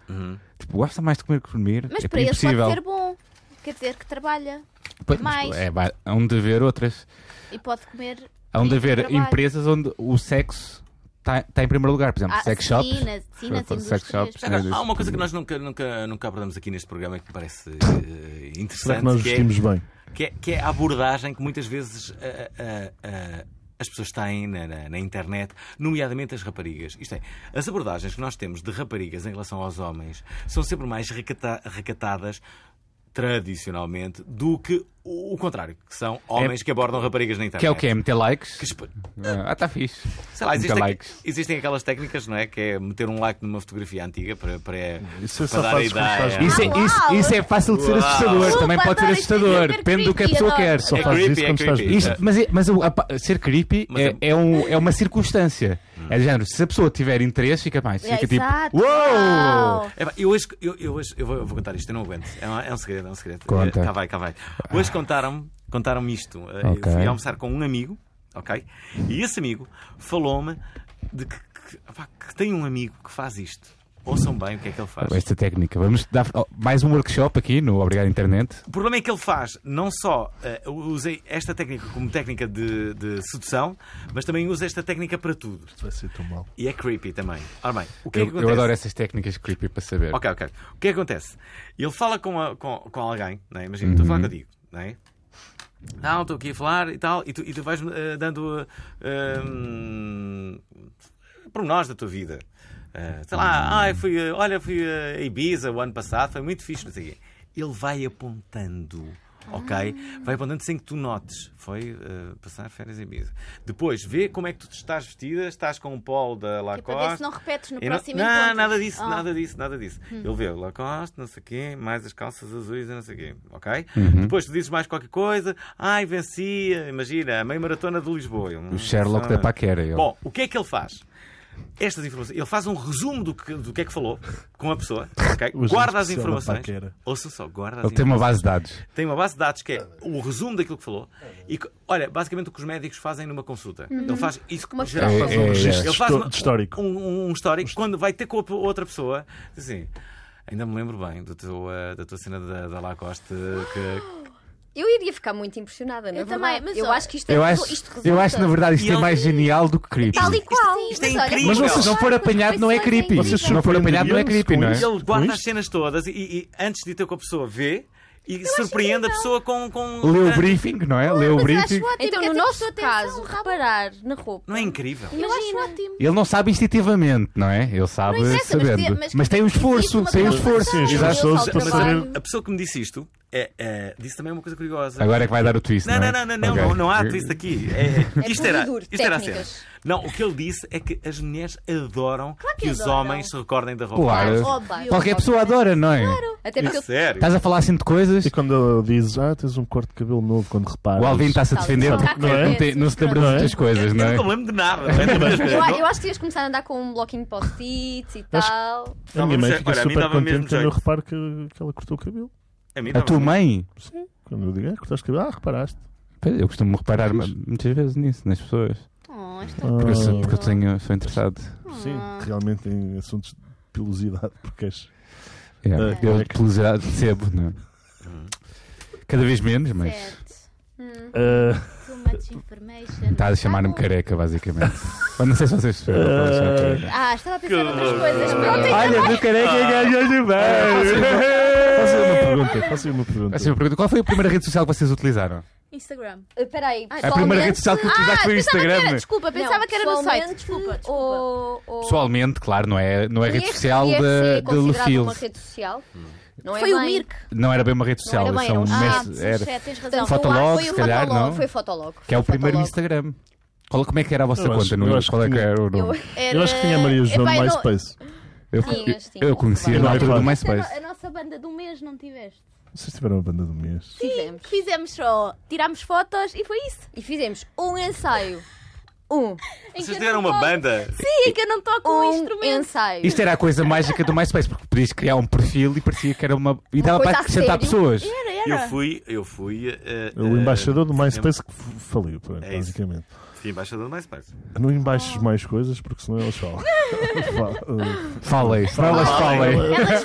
Tipo, gosta mais de comer que dormir.
Mas
é
para eles
impossível.
pode ser bom. Quer dizer que trabalha
Pois,
mais.
É, vai- há um de haver outras.
e pode comer.
Há um de
e
haver
trabalha.
empresas onde o sexo está em primeiro lugar. Por exemplo,
Ah,
sex
sim,
shops.
nas- sim, nas
Sex
indústrias.
shops,
Já
Já
né,
agora, há uma coisa que nós nunca, nunca, nunca abordamos aqui neste programa que me parece eh,
Será
interessante,
que nós
que é-
vestimos bem?
que é, que é a abordagem que muitas vezes ah, ah, ah, as pessoas têm na, na- na internet, nomeadamente as raparigas. Isto é, as abordagens que nós temos de raparigas em relação aos homens são sempre mais recata- recatadas tradicionalmente do que o, o contrário, que são homens que abordam raparigas na internet.
É Que é o quê? Meter likes?
Que esp-
Ah, está fixe.
Sei lá,
Meter
existem,
likes.
existem aquelas técnicas, não é? Que é meter um like numa fotografia antiga para, para,
Isso é
para
só
dar a
fazes quando estás
ideia.
bem.
Isso é, isso, isso é fácil de ser
Uau.
assustador.
Desculpa,
Também pode ser
adoro isto, é
assustador.
super
Depende do que a
creepy,
pessoa
adoro.
quer.
Só fazes
creepy,
isso
é
quando estás
creepy.
bem.
Isto- mas, é- mas o- a pa- ser creepy
Mas
é, é um- é uma circunstância. É do género. Se a pessoa tiver interesse, fica mais. Fica
É,
tipo.
exato.
Uou!
Uau!
É pá, eu hoje, eu, eu hoje eu vou, eu vou contar isto, eu não aguento. É, um- é um segredo, é um segredo.
Conta.
Eh, Cá vai, cá vai. Hoje contaram-me contaram isto. Eh, eu
Ok.
Fui almoçar com um amigo, ok? E esse amigo falou-me de que, que- pá, que tem um amigo que faz isto. Ouçam bem o que é que ele faz.
Esta técnica. Vamos dar oh, mais um workshop aqui no Obrigado Internet.
O problema é que ele faz, não só eh, eu usei esta técnica como técnica de, de sedução, mas também usa esta técnica para tudo.
Vai ser tão mal.
E é creepy também. Ora bem, o que é
Eu,
que
eu
acontece?
adoro essas técnicas creepy para saber.
Ok, ok. O que é que acontece? Ele fala com, a- com, com alguém, não é? imagina,
Uhum.
estou a falar contigo, não é? Não, estou aqui a falar e tal, e tu, e tu vais eh, dando eh, hum, pormenores da tua vida. Eh, sei
Uhum.
lá, ah, eu fui, eh, olha, fui eh, a Ibiza o ano passado, foi muito fixe, não sei o quê. Ele vai apontando, ok?
Ah.
Vai apontando sem que tu notes. Foi eh, passar férias em Ibiza. Depois, vê como é que tu estás vestida, estás com o polo da
Que é
Lacoste.
para ver se não repetes no
Eu
próximo
não,
encontro.
não, nada disso,
Ah.
nada disso, nada disso. Ele vê o Lacoste, não sei o quê, mais as calças azuis e não sei o quê, ok?
Uhum.
Depois tu dizes mais qualquer coisa, ai, venci, imagina, a meia maratona de Lisboa. É um
O Sherlock da paquera. ele.
Bom, o que é que ele faz? Estas informações, ele faz um resumo do que, do que é que falou com a pessoa, ok?
O
guarda as
especial da
informações.
paquera.
Ouça só, guarda as
Ele tem uma
informações.
base de dados.
Tem uma base de dados que é o resumo daquilo que falou. E, que- olha, basicamente o que os médicos fazem numa consulta. Ele faz isso que
Uma
geral,
É,
faz
é,
um
é.
registro.
Ele
Ele
faz
faz
histó-
uma-
histórico.
Um, um histórico. Quando vai ter com outra- outra pessoa, diz assim. Ainda me lembro bem do teu, eh, da tua cena da, da Lacoste que,
Eu iria ficar muito impressionada, não é
Eu também,
verdade?
mas
eu
olha,
acho que isto,
Eu
é,
acho,
isto resulta.
eu acho na verdade isto
E
é
ele-
mais genial do que creepy.
Tal e qual.
Isto é
mas olha,
incrível.
Mas vocês
Se não for apanhado, não é
Claro,
creepy.
vocês
Se não for apanhado, não é creepy, não é?
surpreenderiam-se com
ele guarda as
isto?
cenas todas e, e antes de ter com a pessoa vê e surpreende a pessoa com. com ah,
Lê o briefing, não é? Lê o
Mas
briefing.
acho ótimo,
Então,
quer
no
dizer,
nosso
atenção,
caso,
tá bom.
reparar na roupa.
Não é incrível?
Eu acho ótimo.
Ele não sabe instintivamente, não é? Ele sabe
Não interessa, mas
sabendo.
tem-
mas,
mas-
tem um esforço,
Existe
tem um
uma
esforço.
Sim, as
Exato.
pessoas
Mas
para
Mas
saber.
a, a pessoa que me disse isto é, é, disse também uma coisa curiosa.
Agora é que vai dar o twist.
Não, não,
é?
não, não, não,
Ok.
não, não há twist aqui. É,
É
isto
puro e
era,
duro,
isto era a cena.
técnicas.
Não, o que ele disse é que as mulheres adoram que, os
adoram.
homens se recordem da roupa.
Claro.
Óbvio.
Qualquer pessoa adora, não é?
Até porque
É
eu
sério.
Estás a falar assim de coisas.
E quando ele diz, ah, tens um corte de cabelo novo, quando reparas.
O Alvin tá- está-se a
Tal e
defender
qual.
porque não,
Não é?
tem- não se lembra de
Não é?
outras coisas,
Eu
não é?
não me lembro de nada. não é?
Eu, eu acho que devias começar a andar com um bloquinho de post-its e
Acho-
tal.
A minha
Não,
mãe
mas, é-
fica
olha, a mim
super
dava mesmo
contente quando eu
jeito.
reparo que, que ela cortou o cabelo.
A mim
A
dava-
tua mãe?
Quando eu digo, ah, cortaste o cabelo, ah, reparaste.
Pois, Eu costumo reparar ma- muitas vezes nisso, nas pessoas.
Oh, isto
Ah,
Porque eu sou, porque eu tenho- sou interessado.
Sim, realmente em assuntos de pilosidade, porque és.
É,
Ah,
eu
ok.
pelo geral, percebo, não é?
Uhum.
Cada vez menos, mas
Certo.
Ah,
Too much information.
estás a chamar-me
Ah, bom.
careca, basicamente. Mas não sei se vocês perceberam. pronto, já ok.
Ah, estava a pensar noutras coisas. Pronto, então.
Olha, do careca ganhou de
É,
Faça uma pergunta, faça uma pergunta.
Assim, eu pergunto, qual foi a primeira rede social que vocês utilizaram?
Instagram.
Eh, Espera aí,
A
pessoalmente-
É primeira rede social que eu utilizaste foi o
pensava que
Instagram.
era- tipo desculpa,
Não,
pensava que era no site.
pessoalmente,
Desculpa, desculpa.
Ou, ou...
Pessoalmente, claro, não é, não é rede
Este
social
devia
de,
ser
de
considerado
Lefield.
uma rede social.
Hum.
Não é
Foi o
bem.
Mirk.
Não era bem uma rede
Não
social.
era bem,
são
era um
Ah,
mes-
sim,
era-
já tens razão.
Então,
Fotolog,
eu acho que
se
foi o
calhar,
Fotolog,
não?
Foi o Fotolog.
que é o primeiro
Fotolog.
Instagram. Qual, como é que era a vossa
Eu acho-
conta?
eu
Nuno?
acho
qual é
que
que era o nome?
Era-
Eu acho que tinha a Maria João
Epá,
no
eu não-
MySpace.
Eu,
Tinhas, tinhas,
eu conhecia é
claro.
na altura do
Claro.
MySpace.
A nossa banda do mês não tiveste?
Vocês tiveram a banda do mês.
Fizemos.
Fizemos só, tirámos fotos e foi isso.
E fizemos um ensaio. Um.
Em que
Vocês
eu
tiveram
não
uma
toco.
banda?
Sim, é que eu não toco um,
Um
instrumento.
ensaio.
Isto era a coisa mágica do MySpace, porque podias criar um perfil e parecia que era uma. E dava
coisa
para
a
acrescentar
sério.
pessoas.
Era,
Eu
era.
fui, eu fui. eh,
O
eh,
embaixador do
fui
MySpace que f- faliu, pronto,
É isso.
basicamente.
Fui embaixador do MySpace.
Não embaixes mais coisas porque senão eles falam. eh, Fa-
Falem, elas falem.
Elas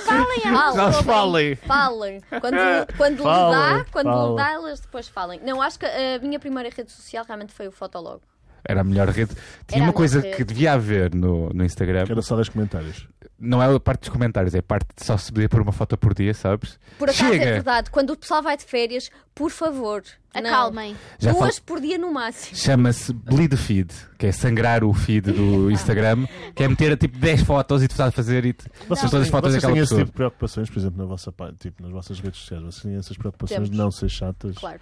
falem, elas
Elas
ouvem.
falem.
Falem. Quando, quando
Falem,
lhe dá, quando
falem.
lhe dá, elas depois falem. Não, acho que eh, a minha primeira rede social realmente foi o Fotolog.
Era a melhor rede. Tinha
Era a
uma coisa
melhor
que
rede.
devia haver no, no Instagram.
que Era só 10 comentários.
Não é a parte dos comentários, é a parte de só se podia pôr uma foto por dia, sabes?
Por acaso é
Chega!
verdade, quando o pessoal vai de férias, por favor, não.
Acalmem.
Já
Duas
fal-
por dia no máximo.
Chama-se bleed the feed, que é sangrar o feed do Instagram, que é meter tipo 10 fotos e tu estás a fazer e te... são todas as fotos
vocês
daquela
têm esse
pessoa.
tipo de preocupações, por exemplo, na vossa, pa- tipo, nas vossas redes sociais? Vocês têm essas preocupações de
Temos.
não ser chatas?
Claro.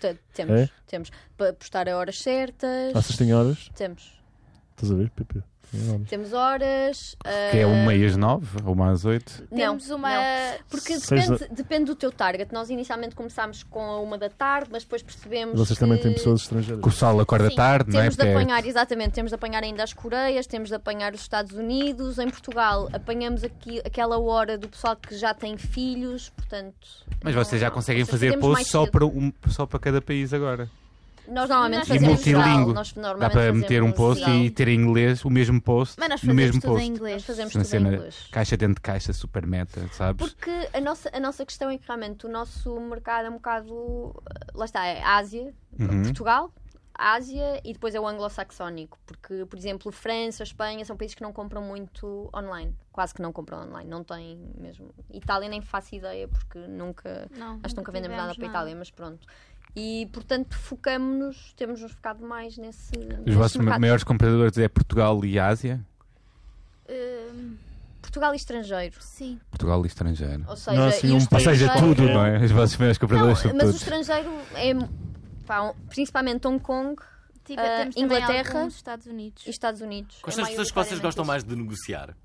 T- Temos,
É?
temos. Para postar a horas certas.
Vocês têm horas?
Temos.
Estás a ver, Pepe? Têm horas.
Temos horas. ah,
Que é uma às 9, uma às 8.
Não,
Temos uma.
não. Porque
Seis
depende, depende do teu target. Nós inicialmente começámos com a uma da tarde, mas depois percebemos.
Vocês também
que
têm pessoas
Que o
estrangeiras.
sol acorda
Sim,
tarde, não é?
Temos de
Porque é-
apanhar, exatamente, temos de apanhar ainda as Coreias, temos de apanhar os Estados Unidos. Em Portugal, apanhamos aqui, aquela hora do pessoal que já tem filhos, portanto.
Mas vocês já conseguem
Vocês
fazer
fazemos
posts
mais
só
cedo.
para, um, só para cada país agora.
Nós normalmente
E
fazemos
multilingue.
geral, nós normalmente
Dá para
fazemos
meter um post
geral.
e ter em inglês o mesmo post
Mas nós
no
fazemos
mesmo
tudo em
post. é
inglês.
Nós fazemos
Uma
tudo em
cena
inglês.
caixa dentro de caixa, super meta, sabes?
Porque a nossa, a nossa questão é que realmente o nosso mercado é um bocado. Lá está, é Ásia, Portugal, Ásia e depois é o anglo-saxónico. Porque, por exemplo, França, Espanha são países que não compram muito online. Quase que não compram online. Não têm mesmo. Itália nem faço ideia porque nunca.
Não,
acho que
nunca
nunca vendemos nada para a
tivemos
Itália, mas pronto. E portanto focamos-nos, temos nos focado mais nesse.
Os vossos maiores compradores é Portugal e Ásia?
Hum,
Portugal e estrangeiro.
sim.
Portugal e estrangeiro.
Ou seja,
Não, assim,
e o
um-
Ou
Ou
seja,
estrangeiro-
tudo, não é? Os vossos maiores
Não,
compradores
mas
são
o
todos.
estrangeiro é pá, um- principalmente Hong Kong
Tive,
Ah,
Tipo, temos também
Inglaterra.
alguns Estados Unidos.
e Estados Unidos.
Quais
É
são as pessoas que vocês
maioritariamente
gostam
isso.
mais de negociar?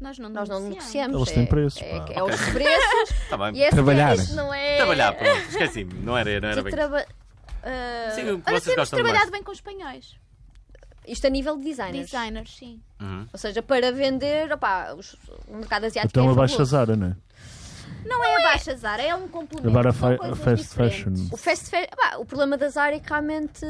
Nós não
Nós não negociamos.
Eles têm
é-
preços,
É,
pá.
é, os preços
Tá bem.
e é
Trabalhar.
Isto não é.
Trabalhar, pronto. Esqueci-me. Não era, não Tá era
De
bem.
traba-
Sim, o que
Olha,
vocês
temos
gostam
trabalhado
mais.
bem com espanhóis.
Isto a nível de designers.
Designers, sim.
Uhum.
Ou seja, para vender, opá, os- o mercado asiático.
Então
é
a baixa
fabuloso.
Zara, não é?
Não, é a baixa Zara, é um complemento.
Agora a
são
fa-
coisas
fast
diferentes.
fashion.
O fast fa- opá, o problema da Zara é que realmente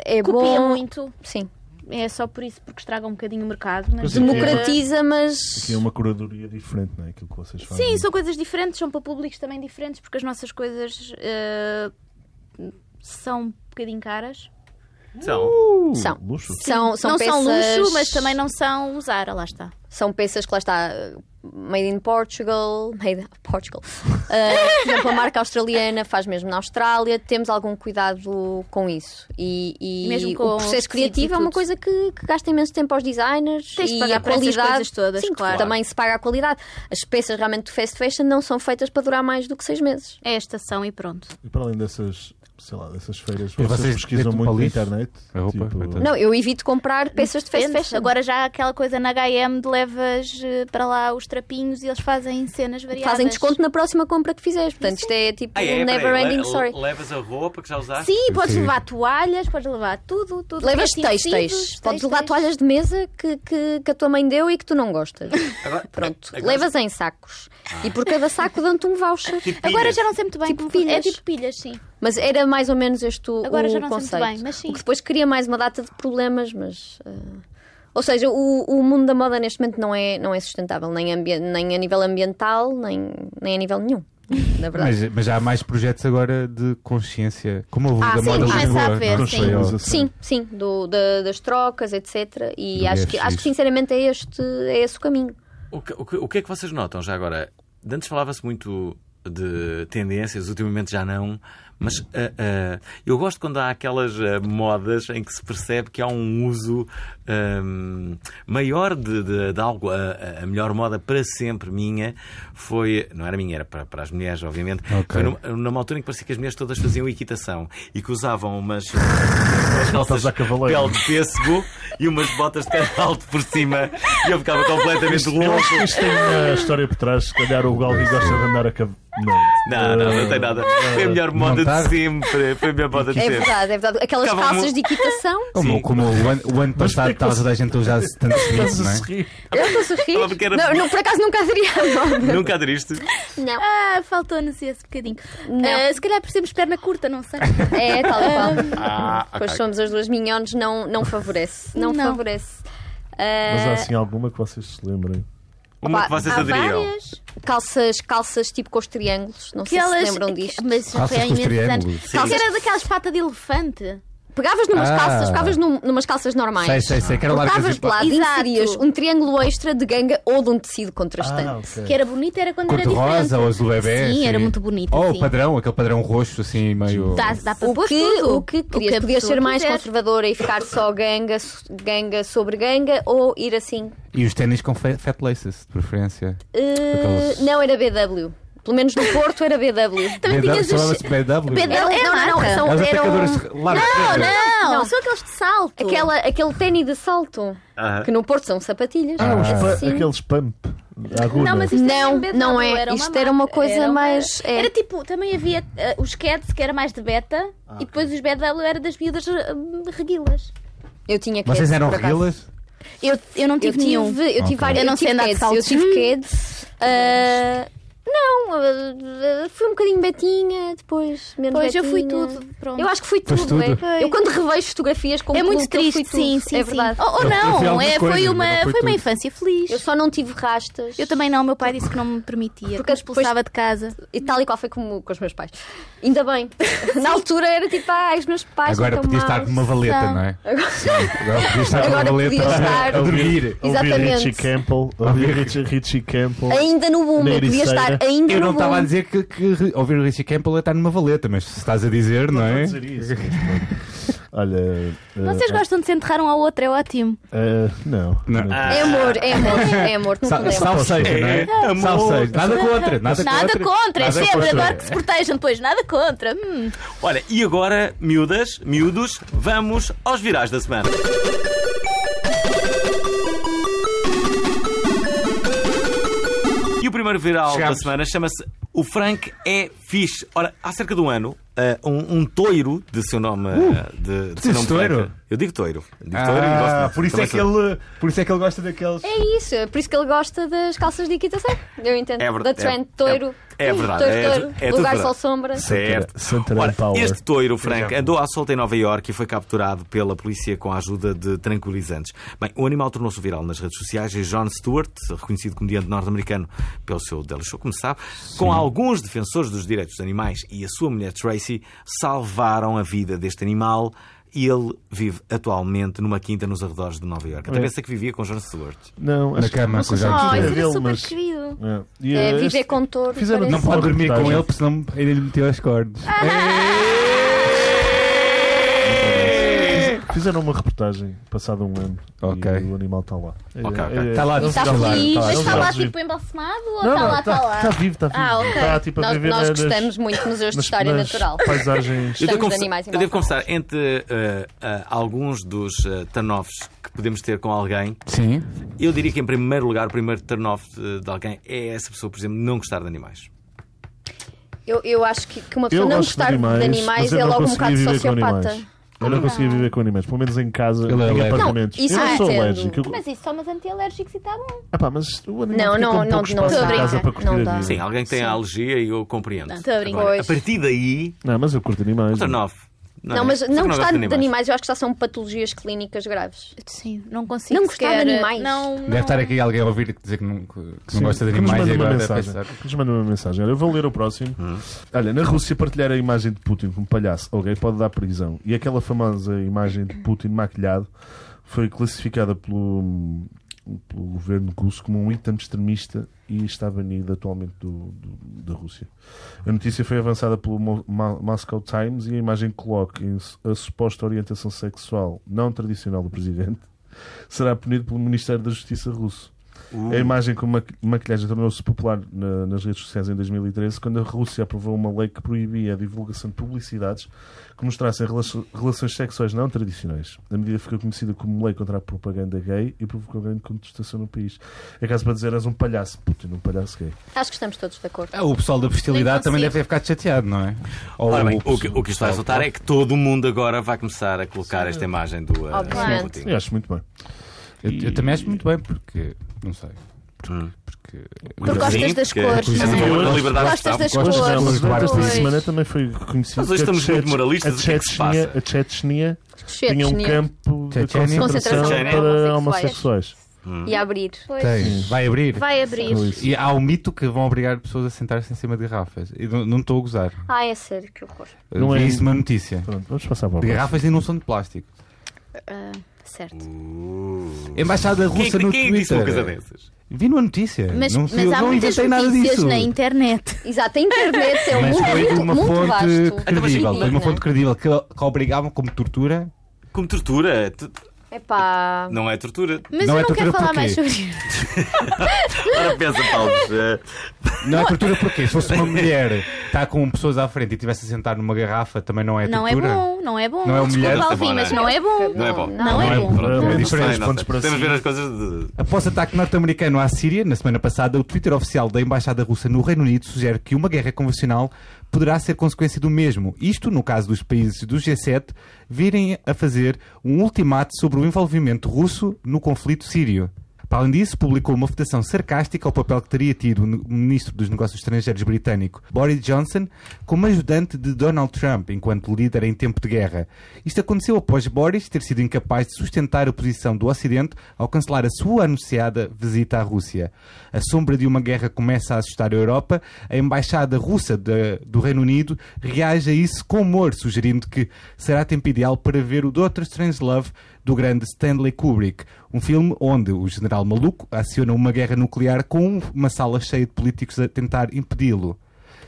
é
Copia
bom.
muito.
Sim.
É só por isso, porque estraga um bocadinho o mercado. mas-
Sim.
Democratiza, mas.
é Aqui é uma curadoria diferente, não é? Aquilo que vocês fazem.
Sim, são coisas diferentes, são para públicos também diferentes, porque as nossas coisas eh, são um bocadinho caras.
Então,
Uh,
São.
Luxo.
São, são
não
peças...
são luxo, mas também não são usar, lá está.
são peças que lá está uh, made in Portugal, made in Portugal. Uh, por exemplo, a marca australiana faz mesmo na Austrália, temos algum cuidado com isso. E, e
E mesmo com
o
tecidos e
processo criativo é
tudo.
uma coisa que, que gasta imenso tempo aos designers
Tens de
e
pagar
a
por essas
qualidade
coisas todas,
Sim,
claro.
também se paga a qualidade. As peças realmente do fast fashion não são feitas para durar mais do que seis meses.
É a estação e pronto.
E para além dessas, sei lá, dessas feiras,
Mas
vocês,
vocês
pesquisam
dentro do
muito na
palito?
internet? tipo,
A roupa, coitado.
Não, eu evito comprar peças de fast
Depende.
fashion.
Agora já há aquela coisa na HM de levas eh, para lá os trapinhos e eles fazem cenas variadas.
fazem desconto na próxima compra que fizeres. Portanto, isto é tipo
ah, é,
um never
peraí,
ending
le-
story.
Levas a roupa que já usaste?
Sim, podes
Sim.
levar toalhas, podes levar tudo, tudo.
Levas
Até tecidos,
têxteis. Podes levar
têxteis.
toalhas de mesa que, que, que a tua mãe deu e que tu não gostas.
Agora-
Pronto.
agora-
Levas em sacos. E por cada saco dão-te um voucher.
Tipo
Agora
pilhas.
já não sei muito bem.
Tipo
como- É
pilhas.
tipo pilhas, sim.
Mas era mais ou menos este o,
Agora
o
já não sei muito
conceito.
bem, mas sim.
O que depois cria mais uma data de problemas, mas. ah, Ou seja, o, o mundo da moda neste momento não é, não é sustentável, nem, ambien- nem a nível ambiental, nem, nem a nível nenhum. na verdade.
Mas, mas há mais projetos agora de consciência, como houve o
Ah,
da
sim,
moda
começa
Lisboa.
a ver,
não
sim.
sei, ó.
assim.
Sim, sim, do- da- das trocas, etc. E
Do
acho que,
BFX.
acho que sinceramente é, este, é esse o caminho.
O que, o que- o que é que vocês notam já agora? De Antes falava-se muito de tendências, ultimamente já não, mas ah, ah, eu gosto quando há aquelas ah, modas em que se percebe que há um uso ahm, maior de, de- de algo. A, a- a melhor moda para sempre minha foi. Não era minha, era para, para as mulheres, obviamente.
Ok.
Foi numa, numa altura em que parecia que as mulheres todas faziam equitação e que usavam umas. umas calças
à cavaleira.
pele de pêssego e umas botas de pé alto por cima e eu ficava completamente
Eu
louco.
acho que isto é um tem uma história por trás. Se calhar o Galvin gosta de andar a cavalo.
Não, não, não tem nada. Foi a melhor moda
tá?
de sempre. Foi a melhor moda de
É
sempre.
verdade, é verdade. Aquelas
Ficava
calças
mu-
de equitação.
Sim.
Como, como o, ano, o ano passado
porquê é que
estava
você-
toda a gente a usar tantos
Estás
mitos, não
a
é?
sorrir.
Eu estou a
Ela
sorrir.
porque era-
Não, não, por acaso nunca aderia a moda.
Nunca aderiste.
Não.
Ah, faltou-nos esse bocadinho.
Não.
Ah, se calhar por sermos perna curta, não sei.
É, tal e qual.
Ah,
Pois somos as duas minhones, não, não favorece. Não,
Não.
favorece. Ah,
Mas há assim alguma que vocês se lembrem.
Uma
Opa,
que vocês
Há
aderiam.
várias
calças, calças tipo com os triângulos, não
que
sei
elas.
se lembram disto.
que- Mas já
Calças
foi há
com os
imensos anos.
triângulos.
Calças- Que era daquelas patas de elefante.
Pegavas numas
Ah.
calças, ficavas num- numas calças normais.
Sei, sei, sei, que era largas
Cortavas
e
de lado e
Exato.
inserias um triângulo extra de ganga ou de um tecido contrastante.
Que era bonita, era quando
Cor
era
de
diferente.
rosa ou azul bebê.
Sim, era
assim.
muito bonito.
Ou o
sim.
padrão, aquele padrão roxo, assim, meio.
Dá, dá para
O
pôr
que,
tudo.
o que querias?
a
Podias
pessoa
ser mais
quiser.
conservadora e ficar só ganga, so- ganga sobre ganga ou ir assim?
E os ténis com fa- fat laces, de preferência.
Eh,
Aquelas-
Não, era BW. Pelo menos no Porto era BW.
Também
BW,
tinhas os.
chamava-se BW.
BW.
Eram- não,
É
não,
marca.
não, são,
Elas
eram
atacadoras largas.
Não, não,
Não.
são aqueles de salto.
aquela, aquele ténis de salto,
Ah,
que no Porto são sapatilhas.
Ah, os pa-
Sim.
aqueles pump. a Agulha.
Não, mas isto era
Não,
um BW,
não é.
era uma
Isto era uma
marca,
coisa
era uma-
mais. é.
Era tipo, também havia eh, os cats que era mais de beta
Ah,
e depois os BW era das miúdas eh, reguilas.
Eu tinha que
Vocês eram
por acaso.
reguilas?
Eu, eu não
Eu
tive
tive,
nenhum.
eu tive
Ok.
várias.
Eu não
eu tive
sei andar de
kids,
salto.
Eu tive kids. Ah, não, ah, ah, fui um bocadinho betinha, depois menos
Pois eu fui
betinha.
tudo. Pronto.
Eu acho que fui
Foste
tudo, é.
tudo?
Eu quando revejo fotografias como
é muito
adulta, eu
triste,
fui tudo.
sim, sim,
É
sim.
verdade.
Ou, ou
Eu- eu fui
não,
alguma coisa,
é,
mas
foi
não
uma,
foi
foi uma
tudo.
infância feliz.
Eu só não tive rastas.
Eu também não, meu pai disse que não me permitia,
Porque
porque me
depois-
expulsava de casa.
E tal e qual foi como com os meus pais. Ainda bem. Na altura era tipo, ah, os meus pais
Agora
são tão
podias estar
maus.
com uma valeta,
São.
não é?
Agora-
Agora podias estar com uma
Agora
valeta
podias estar-
a dormir.
Exatamente.
Ouvir Richie Campbell. Ouvir Richie, Richie Campbell.
Ainda no boom.
Na
Eu podia
ericeira.
estar ainda
Eu
no
não
boom.
estava a dizer que, que re- ouvir o Richie Campbell é estar numa valeta, mas se estás a dizer, não
Vou
é?
dizer isso, mas pronto. Olha. eh,
Vocês gostam de se enterrar um ao outro, é ótimo.
eh, não.
Não. Ah.
É amor, é amor, é amor. Não
Sa-
podemos.
Salve seja, não é? Salve seja. Nada contra, nada contra.
Nada contra, é
Nada
sempre,
contra.
adoro que se protejam depois, nada contra. Hum.
Olha, e agora, miúdas, miúdos, vamos aos virais da semana. E o primeiro viral
Chegamos.
da semana chama-se O Frank é Fixe. Ora, há cerca de um ano, ah, um, um toiro de seu nome. ah, de, de seu
Uh, dizes
nome
toiro?
Frank. Eu digo toiro. Digo toiro e gosto
Ah,
muito.
por isso é
Também
que
sou-
ele, por isso é que ele gosta daqueles.
É isso, é por isso que ele gosta das calças de equitação. Eu entendo.
É ver-
da
é-
trend, toiro.
é- é verdade,
Toiro,
é-
toiro,
é tudo
lugar
verdade.
só sombra.
Certo.
Santarém
Ora,
Power.
este toiro, Frank,
já vou.
andou à solta em Nova Iorque e foi capturado pela polícia com a ajuda de tranquilizantes. Bem, o animal tornou-se viral nas redes sociais e John Stewart, reconhecido comediante norte-americano pelo seu Daily Show, como se sabe, com alguns defensores dos direitos dos animais e a sua mulher Tracy, salvaram a vida deste animal e ele vive atualmente numa quinta nos arredores de Nova Iorque. Até
É.
pensei que vivia com John Stewart.
Não,
Na
acho que-
cama,
não
com
sei se
o
é
Jorge
a
Oh,
Quer
isso
dele,
era super
mas-
querido.
É. E,
É,
eh,
viver
este-
com touro.
Fizeram
parece.
Não pode dormir com
Reportagem.
ele, porque senão ele lhe meteu as cordas.
Ah,
Fizeram uma reportagem passado um ano
Ok.
e o animal está lá. É,
Ok, ok.
Está Tá lá,
está
está lá,
feliz,
está lá.
Mas
não
está tá lá
sabes.
tipo embalsamado ou
Não,
está
não,
tá
lá,
tá.
está lá?
Está Tá vivo, está vivo.
Ah, ok.
Está tipo a
Nós,
viver
nós
nas-
gostamos muito de museus de
nas-
história
nas
natural.
Paisagens.
Eu devo,
Estamos
confessar-
animais
eu devo
embalsamados.
confessar, entre eh, eh, alguns dos eh, turn-offs que podemos ter com alguém,
Sim.
Eu diria que, em primeiro lugar, o primeiro turn-off de, de alguém é essa pessoa, por exemplo, não gostar de animais.
Eu, eu acho que, que uma pessoa
Eu
não
gosto
gostar
de animais, mas eu
é
não
logo um
conseguia
bocado
viver com
sociopata.
animais. Eu não conseguia viver com animais, pelo menos em casa,
Ele é
em
alérgico.
apartamentos.
Não, isso é
eu
eu
não sou
entendo.
alérgico. Eu-
Mas isso, só umas anti-alérgicos e está bom.
Ah pá, mas o animal
Não,
fica com
não, não,
pouco
não
espaço
dá.
em casa para curtir
Não
a
dá.
vida.
Sim, alguém que tem alergia e eu compreendo.
Estou a brincar.
Agora,
Pois.
a partir daí,
Não, mas eu curto animais.
turn-off.
Não,
é?
mas
Só que
não gostar
gosto
de animais, eu acho que já são patologias clínicas graves.
Sim, não consigo
Não gostar de
sequer,
animais.
Não,
Deve estar aqui alguém a ouvir que dizer que não, que não
Sim,
gosta de
que nos
animais e
manda uma
agora deve
mensagem.
pensar. Hum.
Que Nos manda uma mensagem. Olha, eu vou ler o próximo. Olha, na Rússia partilhar a imagem de Putin como palhaço alguém pode dar prisão. E aquela famosa imagem de Putin maquilhado foi classificada pelo, pelo governo russo como um item extremista e está banido atualmente do- do- da Rússia. A notícia foi avançada pelo Mo- Ma- Moscow Times e a imagem coloca em su- a suposta orientação sexual não tradicional do presidente será punido pelo Ministério da Justiça russo. A imagem com maqui- maquilhagem tornou-se popular na- nas redes sociais em 2013, quando a Rússia aprovou uma lei que proibia a divulgação de publicidades que mostrassem rela- relações sexuais não tradicionais. A medida ficou conhecida como Lei contra a Propaganda Gay e provocou grande contestação no país. É caso para dizer, és um palhaço, Putin, um palhaço gay.
é
Acho que estamos todos de acordo.
Ah, O pessoal da
Nem
bestialidade
consigo.
também deve ter ficado chateado, não é? Ou
Ora bem,
pessoal-
o que, o que isto vai resultar é que todo o mundo agora vai começar a colocar esta imagem do uh,
Obviamente.
Putin.
Eu acho muito bem.
Eu, eu também acho muito bem, porque. Não sei. Porque.
Porque gostas
Sim,
das
porque-
cores,
Sim,
não é?
a liberdade de
Gostas
expressão.
das
Gosto
Hoje,
Pois,
não,
pois.
mas
cores.
durante esta
Pois.
semana também foi conhecido
Mas hoje
que a
estamos muito
Chech-
moralistas,
A
o que é que se
Chechnya,
passa?
a Chechnya tinha um
Chechnya.
campo de
Chechnya.
concentração
Concentração.
para
Homossexuais.
homossexuais.
E abrir.
Tem, vai abrir.
é. Vai abrir.
E há o mito que vão obrigar pessoas a sentar-se em cima de garrafas. E não não estou a gozar.
Ah, é sério, que horror.
Eu
Não
Vi
é-
isso numa notícia.
Pronto, vamos passar para o
De
próximo.
garrafas e não são de plástico.
Ah, certo.
Embaixada
Quem, é
russa
que-
no
quem é que disse uma coisa
Twitter.
dessas?
Vi numa notícia.
Mas,
não
mas
sei, eu
há
não
muitas
inventei nada
notícias
disso.
na internet.
Exato, a internet é um
Mas
mundo
foi de
muito,
uma
muito
fonte
Então,
vasto.
credível,
Sim,
de uma
né?
fonte credível que, que obrigavam como tortura.
Como tortura? Tu-
Epá.
Não é tortura.
Mas
Não
eu
é
não
tortura
quero falar
porquê?
mais sobre isso.
Ora, pensa, Paulo. eh,
Não é tortura porquê? Se fosse uma mulher está com pessoas à frente e estivesse a sentar numa garrafa, também não é
Não é
tortura.
bom, não é bom.
Não é
Desculpa,
humilhante,
Alvim,
tá bom,
mas
né?
não é bom.
Não é bom.
Não, é, bom.
Pronto,
É
não sei,
diferente,
não
pontos
sei.
para
Temos de ver
cima.
as coisas de.
Após ataque norte-americano à Síria, na semana passada, o Twitter oficial da Embaixada Russa no Reino Unido sugere que uma guerra convencional poderá ser consequência do mesmo. Isto no caso dos países do G7 virem a fazer um ultimato sobre o envolvimento russo no conflito sírio. Para além disso, publicou uma votação sarcástica ao papel que teria tido o n- ministro dos Negócios Estrangeiros britânico Boris Johnson como ajudante de Donald Trump enquanto líder em tempo de guerra. Isto aconteceu após Boris ter sido incapaz de sustentar a posição do Ocidente ao cancelar a sua anunciada visita à Rússia. A sombra de uma guerra começa a assustar a Europa. A embaixada russa de- do Reino Unido reage a isso com humor, sugerindo que será tempo ideal para ver o Dr. Strangelove do grande Stanley Kubrick, um filme onde o general maluco aciona uma guerra nuclear com uma sala cheia de políticos a tentar impedi-lo.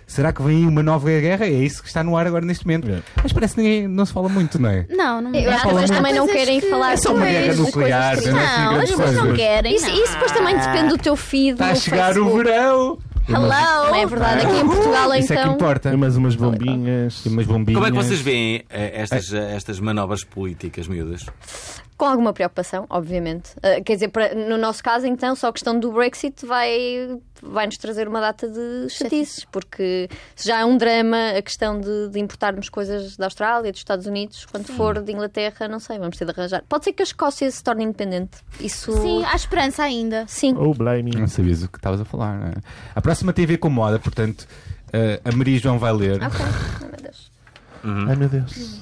Será que vem aí uma nova guerra? É isso que está no ar agora neste momento.
É.
Mas parece que ninguém não se fala muito, não é?
Não, não.
Eu
Há
acho que vocês
coisas
também não
que-
querem falar
É só uma
sobre
guerra
coisas
nuclear,
tristes.
não é? assim
Não,
grande
as pessoas
coisa.
não querem.
Isso, isso depois também depende do teu feed.
Está Tá a
no
chegar
Facebook.
o verão!
Hello! Não é verdade? Aqui em Portugal,
Isso é que
então.
importa.
Tem mais umas bombinhas.
E umas bombinhas.
Como é que vocês veem eh, estas,
É.
eh, estas manobras políticas, miúdas?
Com alguma preocupação, obviamente. Ah, quer dizer, para- no nosso caso, então, só a questão do Brexit vai, vai nos trazer uma data de chatices, porque se já é um drama a questão de, de importarmos coisas da Austrália, dos Estados Unidos, quando for de Inglaterra, não sei, vamos ter de arranjar. Pode ser que a Escócia se torne independente. Isso.
Sim, há esperança ainda.
Sim.
Ou Oh, blaming.
Não sabias o que estavas a falar, não é? A próxima tem a ver com moda, portanto, eh, a Maria João vai ler.
ah, Ok. Ai, meu Deus.
Uhum.
Ai meu Deus.
Ai, meu Deus.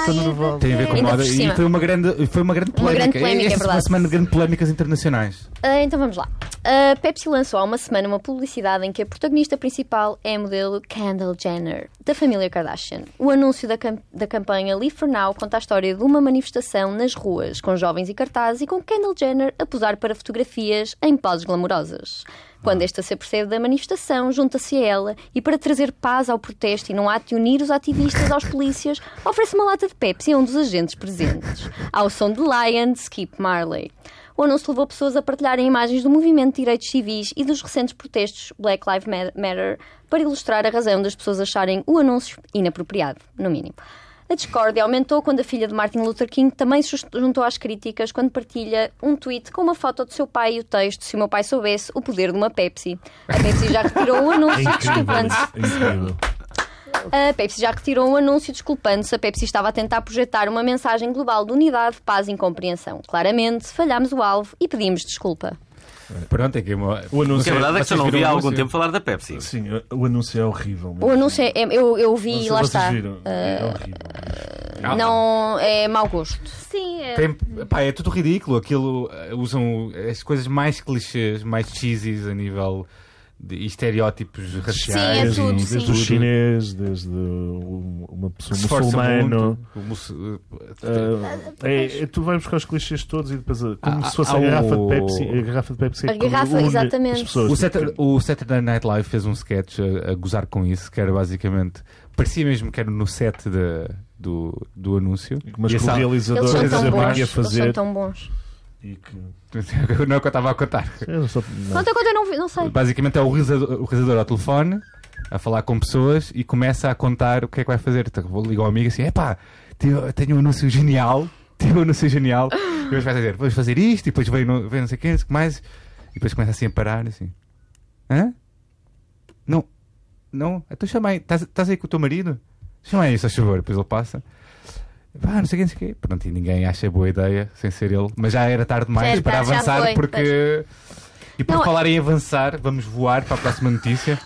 Estou nervosa.
Tem a ver com
é, Ainda
moda
por
e
cima.
foi uma grande, foi uma grande polémica.
grande polémica,
Esta
é
foi uma
verdade.
semana de grande polémicas internacionais.
Ah, então vamos lá. A Pepsi lançou há uma semana uma publicidade em que a protagonista principal é a modelo Kendall Jenner, da família Kardashian. O anúncio da, cam- da campanha Live for Now conta a história de uma manifestação nas ruas, com jovens e cartazes e com Kendall Jenner a posar para fotografias em poses glamourosas. Quando esta se apercebe da manifestação, junta-se a ela e, para trazer paz ao protesto e num ato de unir os ativistas aos polícias, oferece uma lata de Pepsi a um dos agentes presentes, ao som de Lion de Skip Marley. O anúncio levou pessoas a partilharem imagens do movimento de direitos civis e dos recentes protestos Black Lives Ma- Matter para ilustrar a razão das pessoas acharem o anúncio inapropriado, no mínimo. A discórdia aumentou quando a filha de Martin Luther King também se juntou às críticas quando partilha um tweet com uma foto do seu pai e o texto Se o meu pai soubesse o poder de uma Pepsi. A Pepsi já retirou o
É
anúncio,
incrível.
desculpando-se
É incrível.
a Pepsi já retirou um anúncio desculpando-se. A Pepsi estava a tentar projetar uma mensagem global de unidade, paz e compreensão. Claramente, falhámos o alvo e pedimos desculpa.
Pronto, é que uma...
O
Porque
anúncio
a verdade é que já
vocês
não ouvi há
viram o
algum
anúncio?
tempo falar da Pepsi.
Sim, o anúncio é horrível.
O anúncio é. Eu, eu vi,
e
lá está.
É horrível.
Ah.
Não é mau gosto.
Sim, é.
Tem- pá, é tudo ridículo. Aquilo eh, usam as coisas mais clichês, mais cheesies a nível de estereótipos
é
raciais.
tudo,
e-
sim.
Desde é o chinês, desde o- uma pessoa
Se esforça
muçulmana.
muito. O eh, muçul-
Ah, é- é- tu vais buscar os clichês todos e depois, ah, como
Ah,
se fosse
ah,
a garrafa
o-
de Pepsi. A garrafa de Pepsi é
A
que
garrafa,
une
exatamente.
As pessoas.
O, Saturday, o Saturday Night Live fez um sketch a, a gozar com isso, que era basicamente. Parecia mesmo que era no set de- do, do anúncio.
Mas
E a
com o
sala-
realizador
Eles
a
são
dizer
tão
o que é
bons.
que ia
Eles são
fazer.
tão bons.
E que...
Não é o que eu estava a contar.
Eu não sou- não.
Quanto é quanto eu não, vi- não sei.
Basicamente é o realizador, o realizador ao telefone a falar com pessoas e começa a contar o que é que vai fazer. Então, vou ligar ao amigo assim: epá, tenho, tenho um anúncio genial, tenho um anúncio genial. E depois vai dizer: vamos fazer isto, e depois vem, no- vem não sei quem, não sei o que mais. E depois começa assim a parar, assim: hã? Não, não, então chama aí, estás estás aí com o teu marido? Chama aí, só favor. Depois ele passa. Pá, não sei quem, não sei quê. Pronto, e ninguém acha boa ideia, sem ser ele. Mas já era tarde demais
era
para
tarde, já
avançar,
foi,
porque. E por
Não,
falar em avançar, vamos voar para a próxima notícia.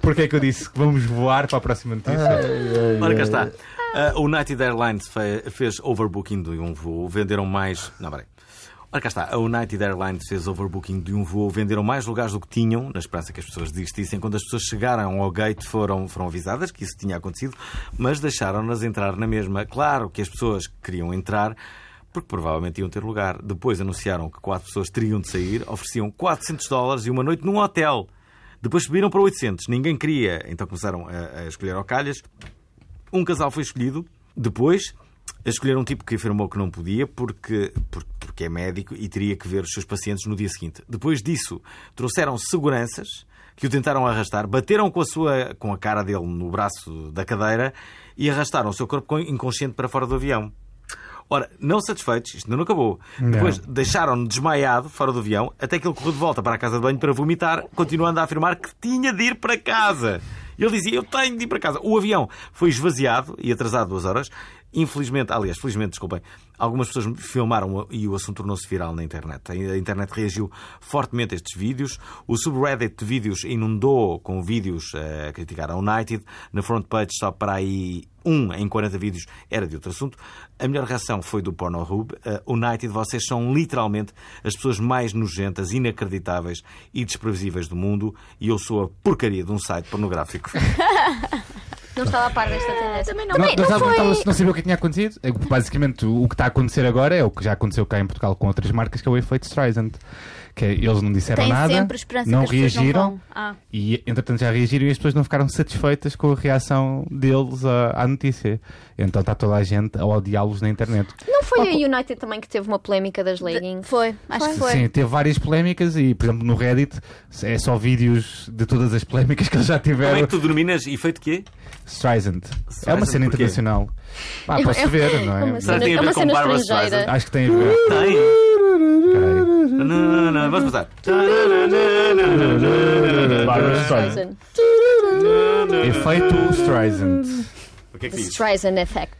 Porquê é que eu disse que vamos voar para a próxima notícia?
Ora, cá está. A United Airlines fe- fez overbooking de um voo, venderam mais. Não, peraí. Ora, cá está. A United Airlines fez overbooking de um voo, venderam mais lugares do que tinham, na esperança que as pessoas desistissem. Quando as pessoas chegaram ao gate, foram, foram avisadas que isso tinha acontecido, mas deixaram-nas entrar na mesma. Claro que as pessoas queriam entrar. Porque provavelmente iam ter lugar. Depois anunciaram que quatro pessoas teriam de sair, ofereciam 400 dólares e uma noite num hotel. Depois subiram para 800. Ninguém queria. Então começaram a, a escolher ocalhas. Um casal foi escolhido, depois a escolher um tipo que afirmou que não podia porque, por- porque é médico e teria que ver os seus pacientes no dia seguinte. Depois disso, trouxeram seguranças que o tentaram arrastar, bateram com a, sua, com a cara dele no braço da cadeira e arrastaram o seu corpo co- inconsciente para fora do avião. Ora, não satisfeitos, isto ainda não acabou. Depois deixaram-no desmaiado fora do avião até que ele correu de volta para a casa de banho para vomitar, continuando a afirmar que tinha de ir para casa. Ele dizia: Eu tenho de ir para casa. O avião foi esvaziado e atrasado duas horas. Infelizmente, aliás, felizmente, desculpem, algumas pessoas filmaram e o assunto tornou-se viral na internet. A internet reagiu fortemente a estes vídeos. O subreddit de vídeos inundou com vídeos eh, a criticar a United. Na front page, só para aí um em 40 vídeos era de outro assunto. A melhor reação foi do Pornhub. Eh, United, vocês são literalmente as pessoas mais nojentas, inacreditáveis e desprevisíveis do mundo e eu sou a porcaria de um site pornográfico.
Não estava a par desta tendência.
também não.
Também
não,
não,
sabe- então,
foi.
não sabia o que tinha acontecido? É, Basicamente, o o que está a acontecer agora é o que já aconteceu cá em Portugal com outras marcas, que é o efeito Streisand. Que é, eles não disseram
Tem
nada,
sempre esperança
não
que as pessoas não
reagiram,
vão. Ah.
E entretanto já reagiram e as pessoas não ficaram satisfeitas com a reação deles à, à notícia. Então está toda a gente a odiá-los na internet.
Não foi
Oh.
a United também que teve uma polémica das leggings?
Foi, acho
Ah,
que foi.
Sim, teve várias polémicas e, por exemplo, no Reddit é só vídeos de todas as polémicas que eles já
Como é
tiveram.
que tu dominas? E feito quê?
Streisand. É
Streisand
uma cena
porquê?
internacional. Pá, posso ver, não
É uma
é?
cena,
tem a
é
ver
uma
com
cena
Barbra
estrangeira.
Streisand?
Acho que tem a ver.
Tem!
Peraí.
Não, não, não, vamos passar.
Barbra Streisand.
Streisand.
Efeito Streisand.
O que é que
The
diz?
Streisand Effect.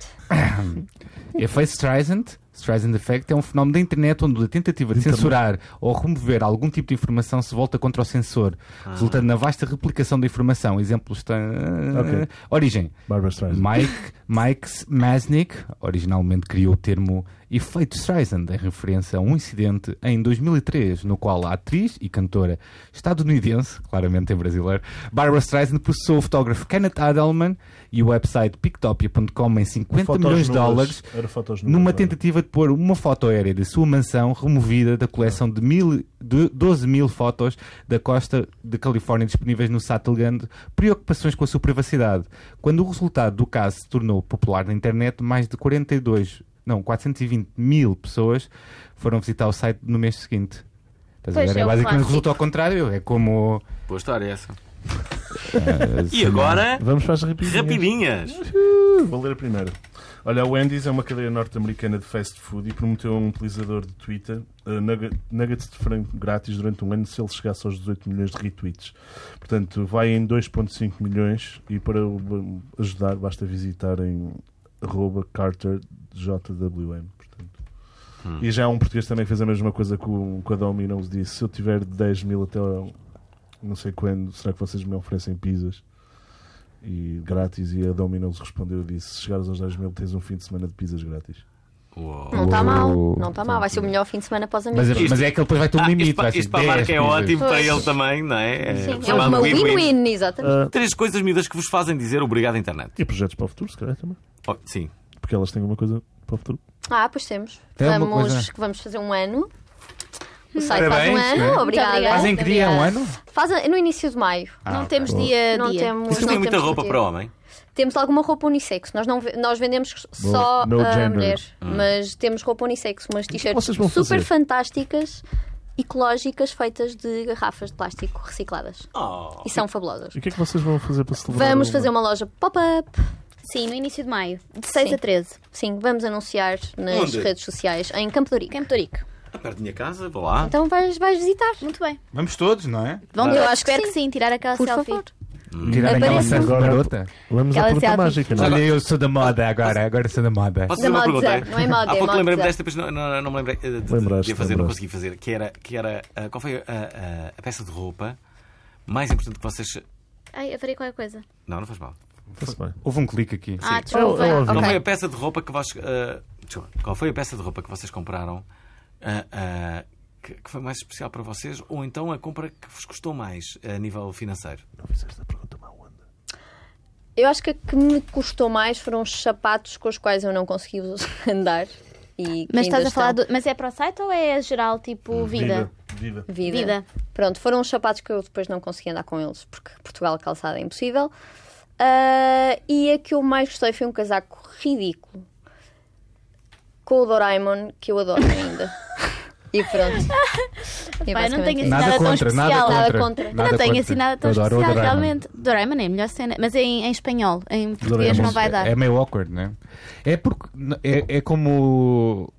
Efeito Streisand, Streisand Effect, é um fenómeno da internet onde a tentativa de censurar ou remover algum tipo de informação se volta contra o censor,
Ah.
resultando na vasta replicação da informação. Exemplos têm.
Ok.
Origem.
Barbra Streisand.
Mike, Mike Masnick originalmente criou o termo efeito Streisand em referência a um incidente em 2003 no qual a atriz e cantora estadunidense, claramente é brasileira, Barbara Streisand processou o fotógrafo Kenneth Adelman e o website Pictopia.com em 50
Fotos
milhões de
nuas.
dólares
Era fotos nuas,
numa
era.
tentativa de pôr uma foto aérea da sua mansão removida da coleção de, mil, de 12 mil fotos da costa de Califórnia disponíveis no site alegando preocupações com a sua privacidade. Quando o resultado do caso se tornou popular na internet, mais de 42, não, 420 mil pessoas foram visitar o site no mês seguinte. Estás a
Pois,
ver?
é
É
o
basicamente
clássico.
resulta ao contrário, é como.
Boa história essa.
eh,
E
se-
agora,
Vamos para as rapidinhas.
rapidinhas.
Vou ler a primeira. Olha, a Wendy's é uma cadeia norte-americana de fast food e prometeu a um utilizador de Twitter eh, nugget- nuggets de frango grátis durante um ano se ele chegasse aos 18 milhões de retweets. Portanto, vai em 2,5 milhões e para o ajudar basta visitarem arroba carterjwm. Portanto. E já há um português também que fez a mesma coisa com, com a Domi e não lhes disse: se eu tiver 10 mil até ao- não sei quando, será que vocês me oferecem pizzas? e grátis. E a Domino's respondeu e disse: Se chegares aos 10 mil, tens um fim de semana de pizzas grátis.
Uou.
Não está mal,
Oh,
não está mal. Vai ser o melhor fim de semana para os amigos.
Mas,
Isto-
mas é que ele depois vai ter um
Ah,
limite.
isto para,
vai ser
isto para a marca
10
é ótimo,
Pois.
para ele também, não é?
Sim, é
chamado
uma
win-win.
win-win, exatamente.
Três coisas miúdas que vos fazem dizer obrigado à internet.
E projetos para o futuro, se calhar também.
Oh, sim.
Porque elas têm alguma coisa para o futuro.
Ah, pois temos.
Tem alguma
Vamos,
coisa? Hum.
vamos fazer um ano. O site faz um
Parabéns,
ano,
né?
obrigada.
obrigada.
Fazem que dia? É Um ano?
Faz a- no início de maio.
Ah,
não
ok.
temos dia.
Não
dia.
temos.
Vocês têm
não temos
muita roupa
roteiro.
para homem?
Temos alguma roupa unissex. Nós, não, ve- nós vendemos só
no
a
gender.
mulher, mas temos roupa unissex, umas t-shirts
Vocês vão
super
fazer?
fantásticas, ecológicas, feitas de garrafas de plástico recicladas.
Oh.
E são fabulosas.
E o que é que vocês vão fazer para celebrar?
Vamos fazer uma loja pop-up.
Sim, no início de maio. De 6
Sim.
a 13.
Sim, vamos anunciar nas
Onde?
redes sociais em Campo de Ourique.
Campo Torico.
Ah, Perto da minha casa, vou lá.
Então vais, vais visitar.
Muito bem.
Vamos todos, não é?
Vão
Ah.
ter,
Eu
eu
acho que
espero que sim. tirar aquela
Por
selfie.
favor.
Tirar aquela
Aparece.
selfie garota.
Vamos à
Aquela
pergunta
selfie.
mágica, não é?
Olha, eu sou da moda agora, agora sou da moda.
Posso
Da
fazer uma
moda,
pergunta?
não é moda,
Há
é
pouco
moda.
lembrei-me desta, mas não, não, não me lembrei. eh, de- de-
Lembraste,
de fazer, não
lembraste.
consegui fazer. Que era, que era ah, qual foi a, a- a peça de roupa mais importante que vocês.
Ai, eu farei qualquer coisa.
Não, não faz mal.
Está-se bem.
Houve um clique aqui.
Ah,
Eu- eu ouvi.
desculpa.
Qual
Ok.
foi a peça de roupa que vocês. ah, desculpa, qual foi a peça de roupa que vocês compraram ah, ah, que, que foi mais especial para vocês? Ou então a compra que vos custou mais a nível financeiro?
Não fizeste a pergunta má onda.
Eu acho que a que me custou mais foram os sapatos com os quais eu não consegui andar. E que
Mas
ainda
estás a
estão.
falar do. Mas é para o site ou é geral, tipo, vida?
Hum, Vida.
Vida.
Vida.
Pronto, foram os sapatos que eu depois não consegui andar com eles, porque Portugal calçada é impossível. Ah, e a que eu mais gostei foi um casaco ridículo com o Doraemon, que eu adoro ainda. e pronto. E
Pai, não
basicamente
tenho
é
assim
isso.
Nada
nada tão
contra, nada
especial.
contra.
Nada contra.
Eu
Nada
não tenho
contra.
assim nada tão
Eu adoro o
especial,
Doraemon.
realmente. Doraemon é a melhor cena, mas em, em espanhol, em português
Doraemon.
não vai dar.
É meio awkward, não é? É porque. É, é como.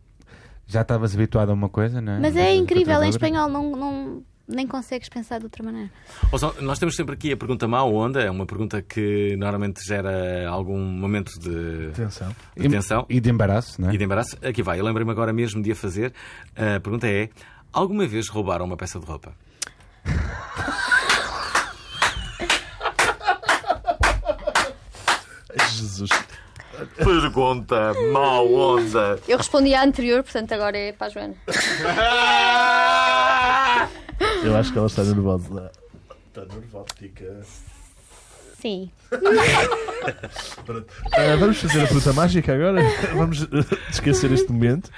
Já estavas habituado a uma coisa, não é?
Mas é incrível, em
Outra-
espanhol não, não- nem consegues pensar de outra maneira.
Ou só- nós temos sempre aqui a pergunta má onda, é uma pergunta que normalmente gera algum momento de,
Atenção.
de tensão
E de embaraço, não é?
e de embaraço. Aqui vai, eu lembrei-me agora mesmo de a fazer. A pergunta é: alguma vez roubaram uma peça de roupa?
Jesus.
Pergunta má onda.
Eu respondi à anterior, portanto agora é para a Joana.
Eu acho que ela está nervosa. Está nervótica.
Sim.
Ah, vamos fazer a pergunta mágica agora? Vamos ah, esquecer este momento.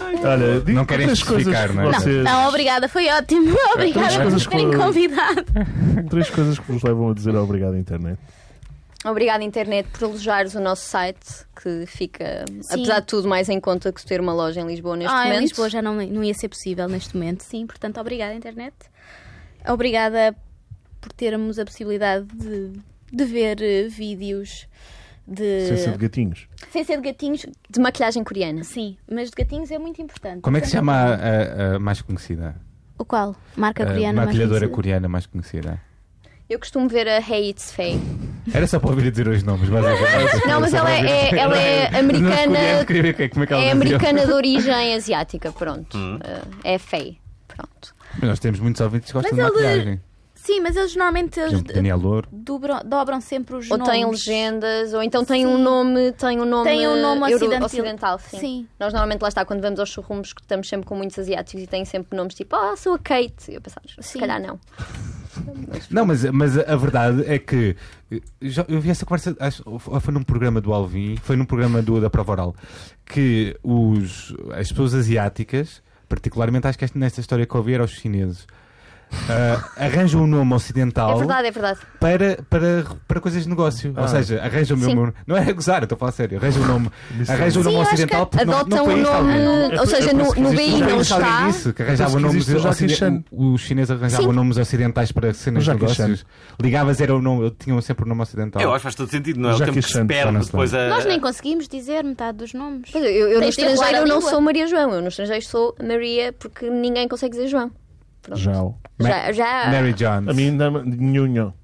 Olha, diga
eh, Não querem
três coisas
especificar,
que
não é? Não,
vocês-
Não, obrigada, foi ótimo. Obrigada por
coisas
nos terem
com-
convidado.
Três coisas que nos levam a dizer obrigado à internet.
Obrigada, internet, por elogiares o nosso site, que fica,
Sim.
apesar de tudo, mais em conta que ter uma loja em Lisboa neste
Ah,
momento.
em Lisboa já não, não ia ser possível neste momento, sim. Portanto, obrigada, internet. Obrigada por termos a possibilidade de, de ver eh, vídeos de.
Sem ser de gatinhos.
Sem ser de gatinhos,
De maquilhagem coreana.
sim, mas de gatinhos é muito importante.
Como é que se chama a, a- a mais conhecida?
O qual? Marca
a
coreana mais
maquilhadora
conhecida.
coreana mais conhecida.
Eu costumo ver a Hey It's Faye.
Era só para ouvir dizer os nomes, mas é-
Não, mas ela é, é- ela é
Não,
americana.
queria ver que- como é que ela
É
dizia.
americana de origem asiática, pronto.
Hum.
Eh, É Faye. Pronto.
Mas nós temos muitos ouvintes que gostam
Mas é
de
ele-
maquilhagem.
Sim, mas eles normalmente
Por
eles
eh,
exemplo, Daniel Louro.
dobram- dobram sempre os
Ou
nomes.
tem legendas, ou então tem um nome, tem um nome,
Tem um nome
euro-
ocidental.
sim.
Sim.
Nós normalmente lá está, quando vamos aos showrooms, que estamos sempre com muitos asiáticos e têm sempre nomes tipo, ah, sou a Kate. E eu pensava,
Sim.
se calhar não.
Não, mas, mas a verdade é que eh, já- eu vi essa conversa, acho, ou foi num programa do Alvin, foi num programa do, da Prova Oral, que os, as pessoas asiáticas, particularmente acho que esta- nesta história que eu ouvi era os chineses, ah, arranjam um nome ocidental
É verdade, é verdade.
para, para, para coisas de negócio. Ou seja, arranjam o meu
Sim.
nome. Não é a gozar, eu estou a falar sério. Arranjam o nome, arranjam o
Sim,
nome
eu acho que
ocidental porque não, não
adotam
foi
o
isto alguém.
nome, ou seja, no, no BI
Não
não
foi isto alguém
está.
disse, que arranjavam
Parece que
nomes
existe o Jackie
ocidentais.
Chan.
Os chineses arranjavam nomes ocidentais para cenas de
O Jackie
negócios. Ligavas, era o nome, tinham sempre o nome ocidental.
Eu acho que faz todo sentido, não é? O
Já
tempo
que
que se
chante,
já
perde
não sei.
depois a.
Nós nem conseguimos dizer metade dos nomes.
Pois, é, Eu, eu no
Tens de enrolar a
estrangeiro eu não
língua.
sou Maria João, eu no estrangeiro sou Maria porque ninguém consegue dizer João.
Já.
Ma-
Já, já.
Mary Jones.
A mim dá-me. Nhunho.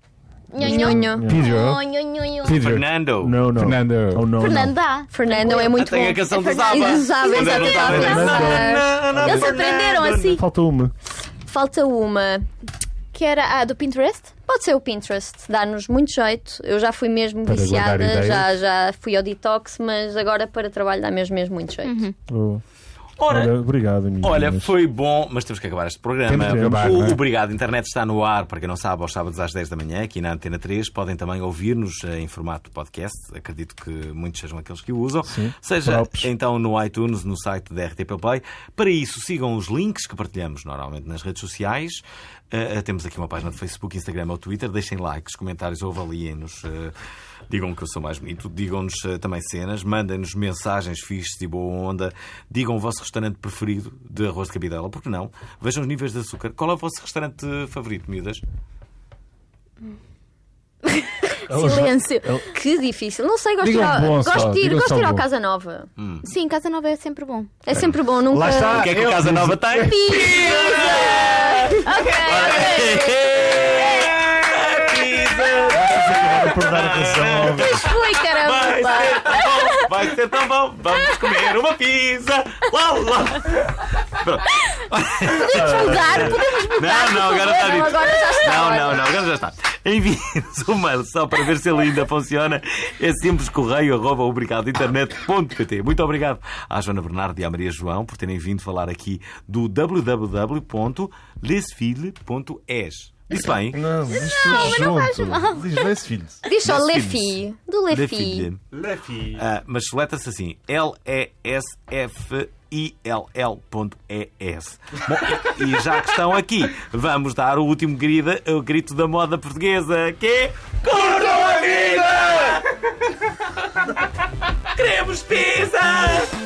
é, Nhonho.
Pedro. Pedro.
Fernando!
Não, não.
Fernando.
Oh, não,
Fernando dá.
Fernando é muito
Ah, tem
bom.
a canção
É
do
Fernando.
Zaba.
Zaba,
Quando era
exatamente.
Zaba.
Zaba.
Não, não,
Eles
Fernando.
aprenderam assim.
não. Falta uma.
Falta eh, uma.
que era a do Pinterest.
Pode ser o Pinterest, dá-nos muito jeito. Eu já fui mesmo
Para guardar
viciada,
ideias.
já, já fui ao detox, mas agora para trabalho dá mesmo, mesmo muito jeito.
Uhum.
Oh,
Ora,
olha, obrigado, amigo.
Olha,
Mas-
foi bom, mas temos que acabar este programa.
Temos que acabar,
o
não é?
Obrigado Internet está no ar, para quem não sabe, aos sábados às 10 da manhã, aqui na Antena 3. Podem também ouvir-nos eh, em formato podcast. Acredito que muitos sejam aqueles que o usam. Seja
próprios.
então no iTunes, no site da RTP Play. Para isso, sigam os links que partilhamos normalmente nas redes sociais. Eh, eh, temos aqui uma página de Facebook, Instagram ou Twitter. Deixem likes, comentários ou avaliem-nos. eh, Digam que eu sou mais bonito, digam-nos eh, também cenas, mandem-nos mensagens fixes e boa onda, digam o vosso restaurante preferido de arroz de cabidela, porque não? Vejam os níveis de açúcar. Qual é o vosso restaurante favorito, miúdas?
Silêncio.
Que difícil. Não sei, gosto de ir,
Digam
ao,
bom só,
gosto de ir,
digam
gosto
só
de ir ao
bom.
Casa Nova.
Sim, Casa Nova é sempre bom.
É sempre bom, nunca.
Lá está.
o que é que a Casa Nova tem? Pizza!
Obrigado por dar a razão.
Mas foi, caramba!
Vai ser tão bom, vai ser tão bom, vamos comer uma pizza! Lá, lá!
Podemos mudar, podemos
Não,
mudar.
não,
por
agora
favor.
está dito.
Não, Agora já está.
Não, não, não, agora já está. Envie-nos um mail só para ver se ele ainda funciona. É simples correio arroba obrigadointernet.pt. Muito obrigado à Joana Bernardo e à Maria João por terem vindo falar aqui do www.lesfile.es. Disse bem?
Não, diz tudo junto.
faz mal.
Diz dois filhos.
Diz só
Dois
Lefi, do Lefi.
Lefile. Ah, mas seleta-se assim: L-E-S-F-I-L-L.E-S. Bom, e já que estão aqui, vamos dar o último grida, o grito da moda portuguesa, que é. Curtam a vida! Queremos pizza!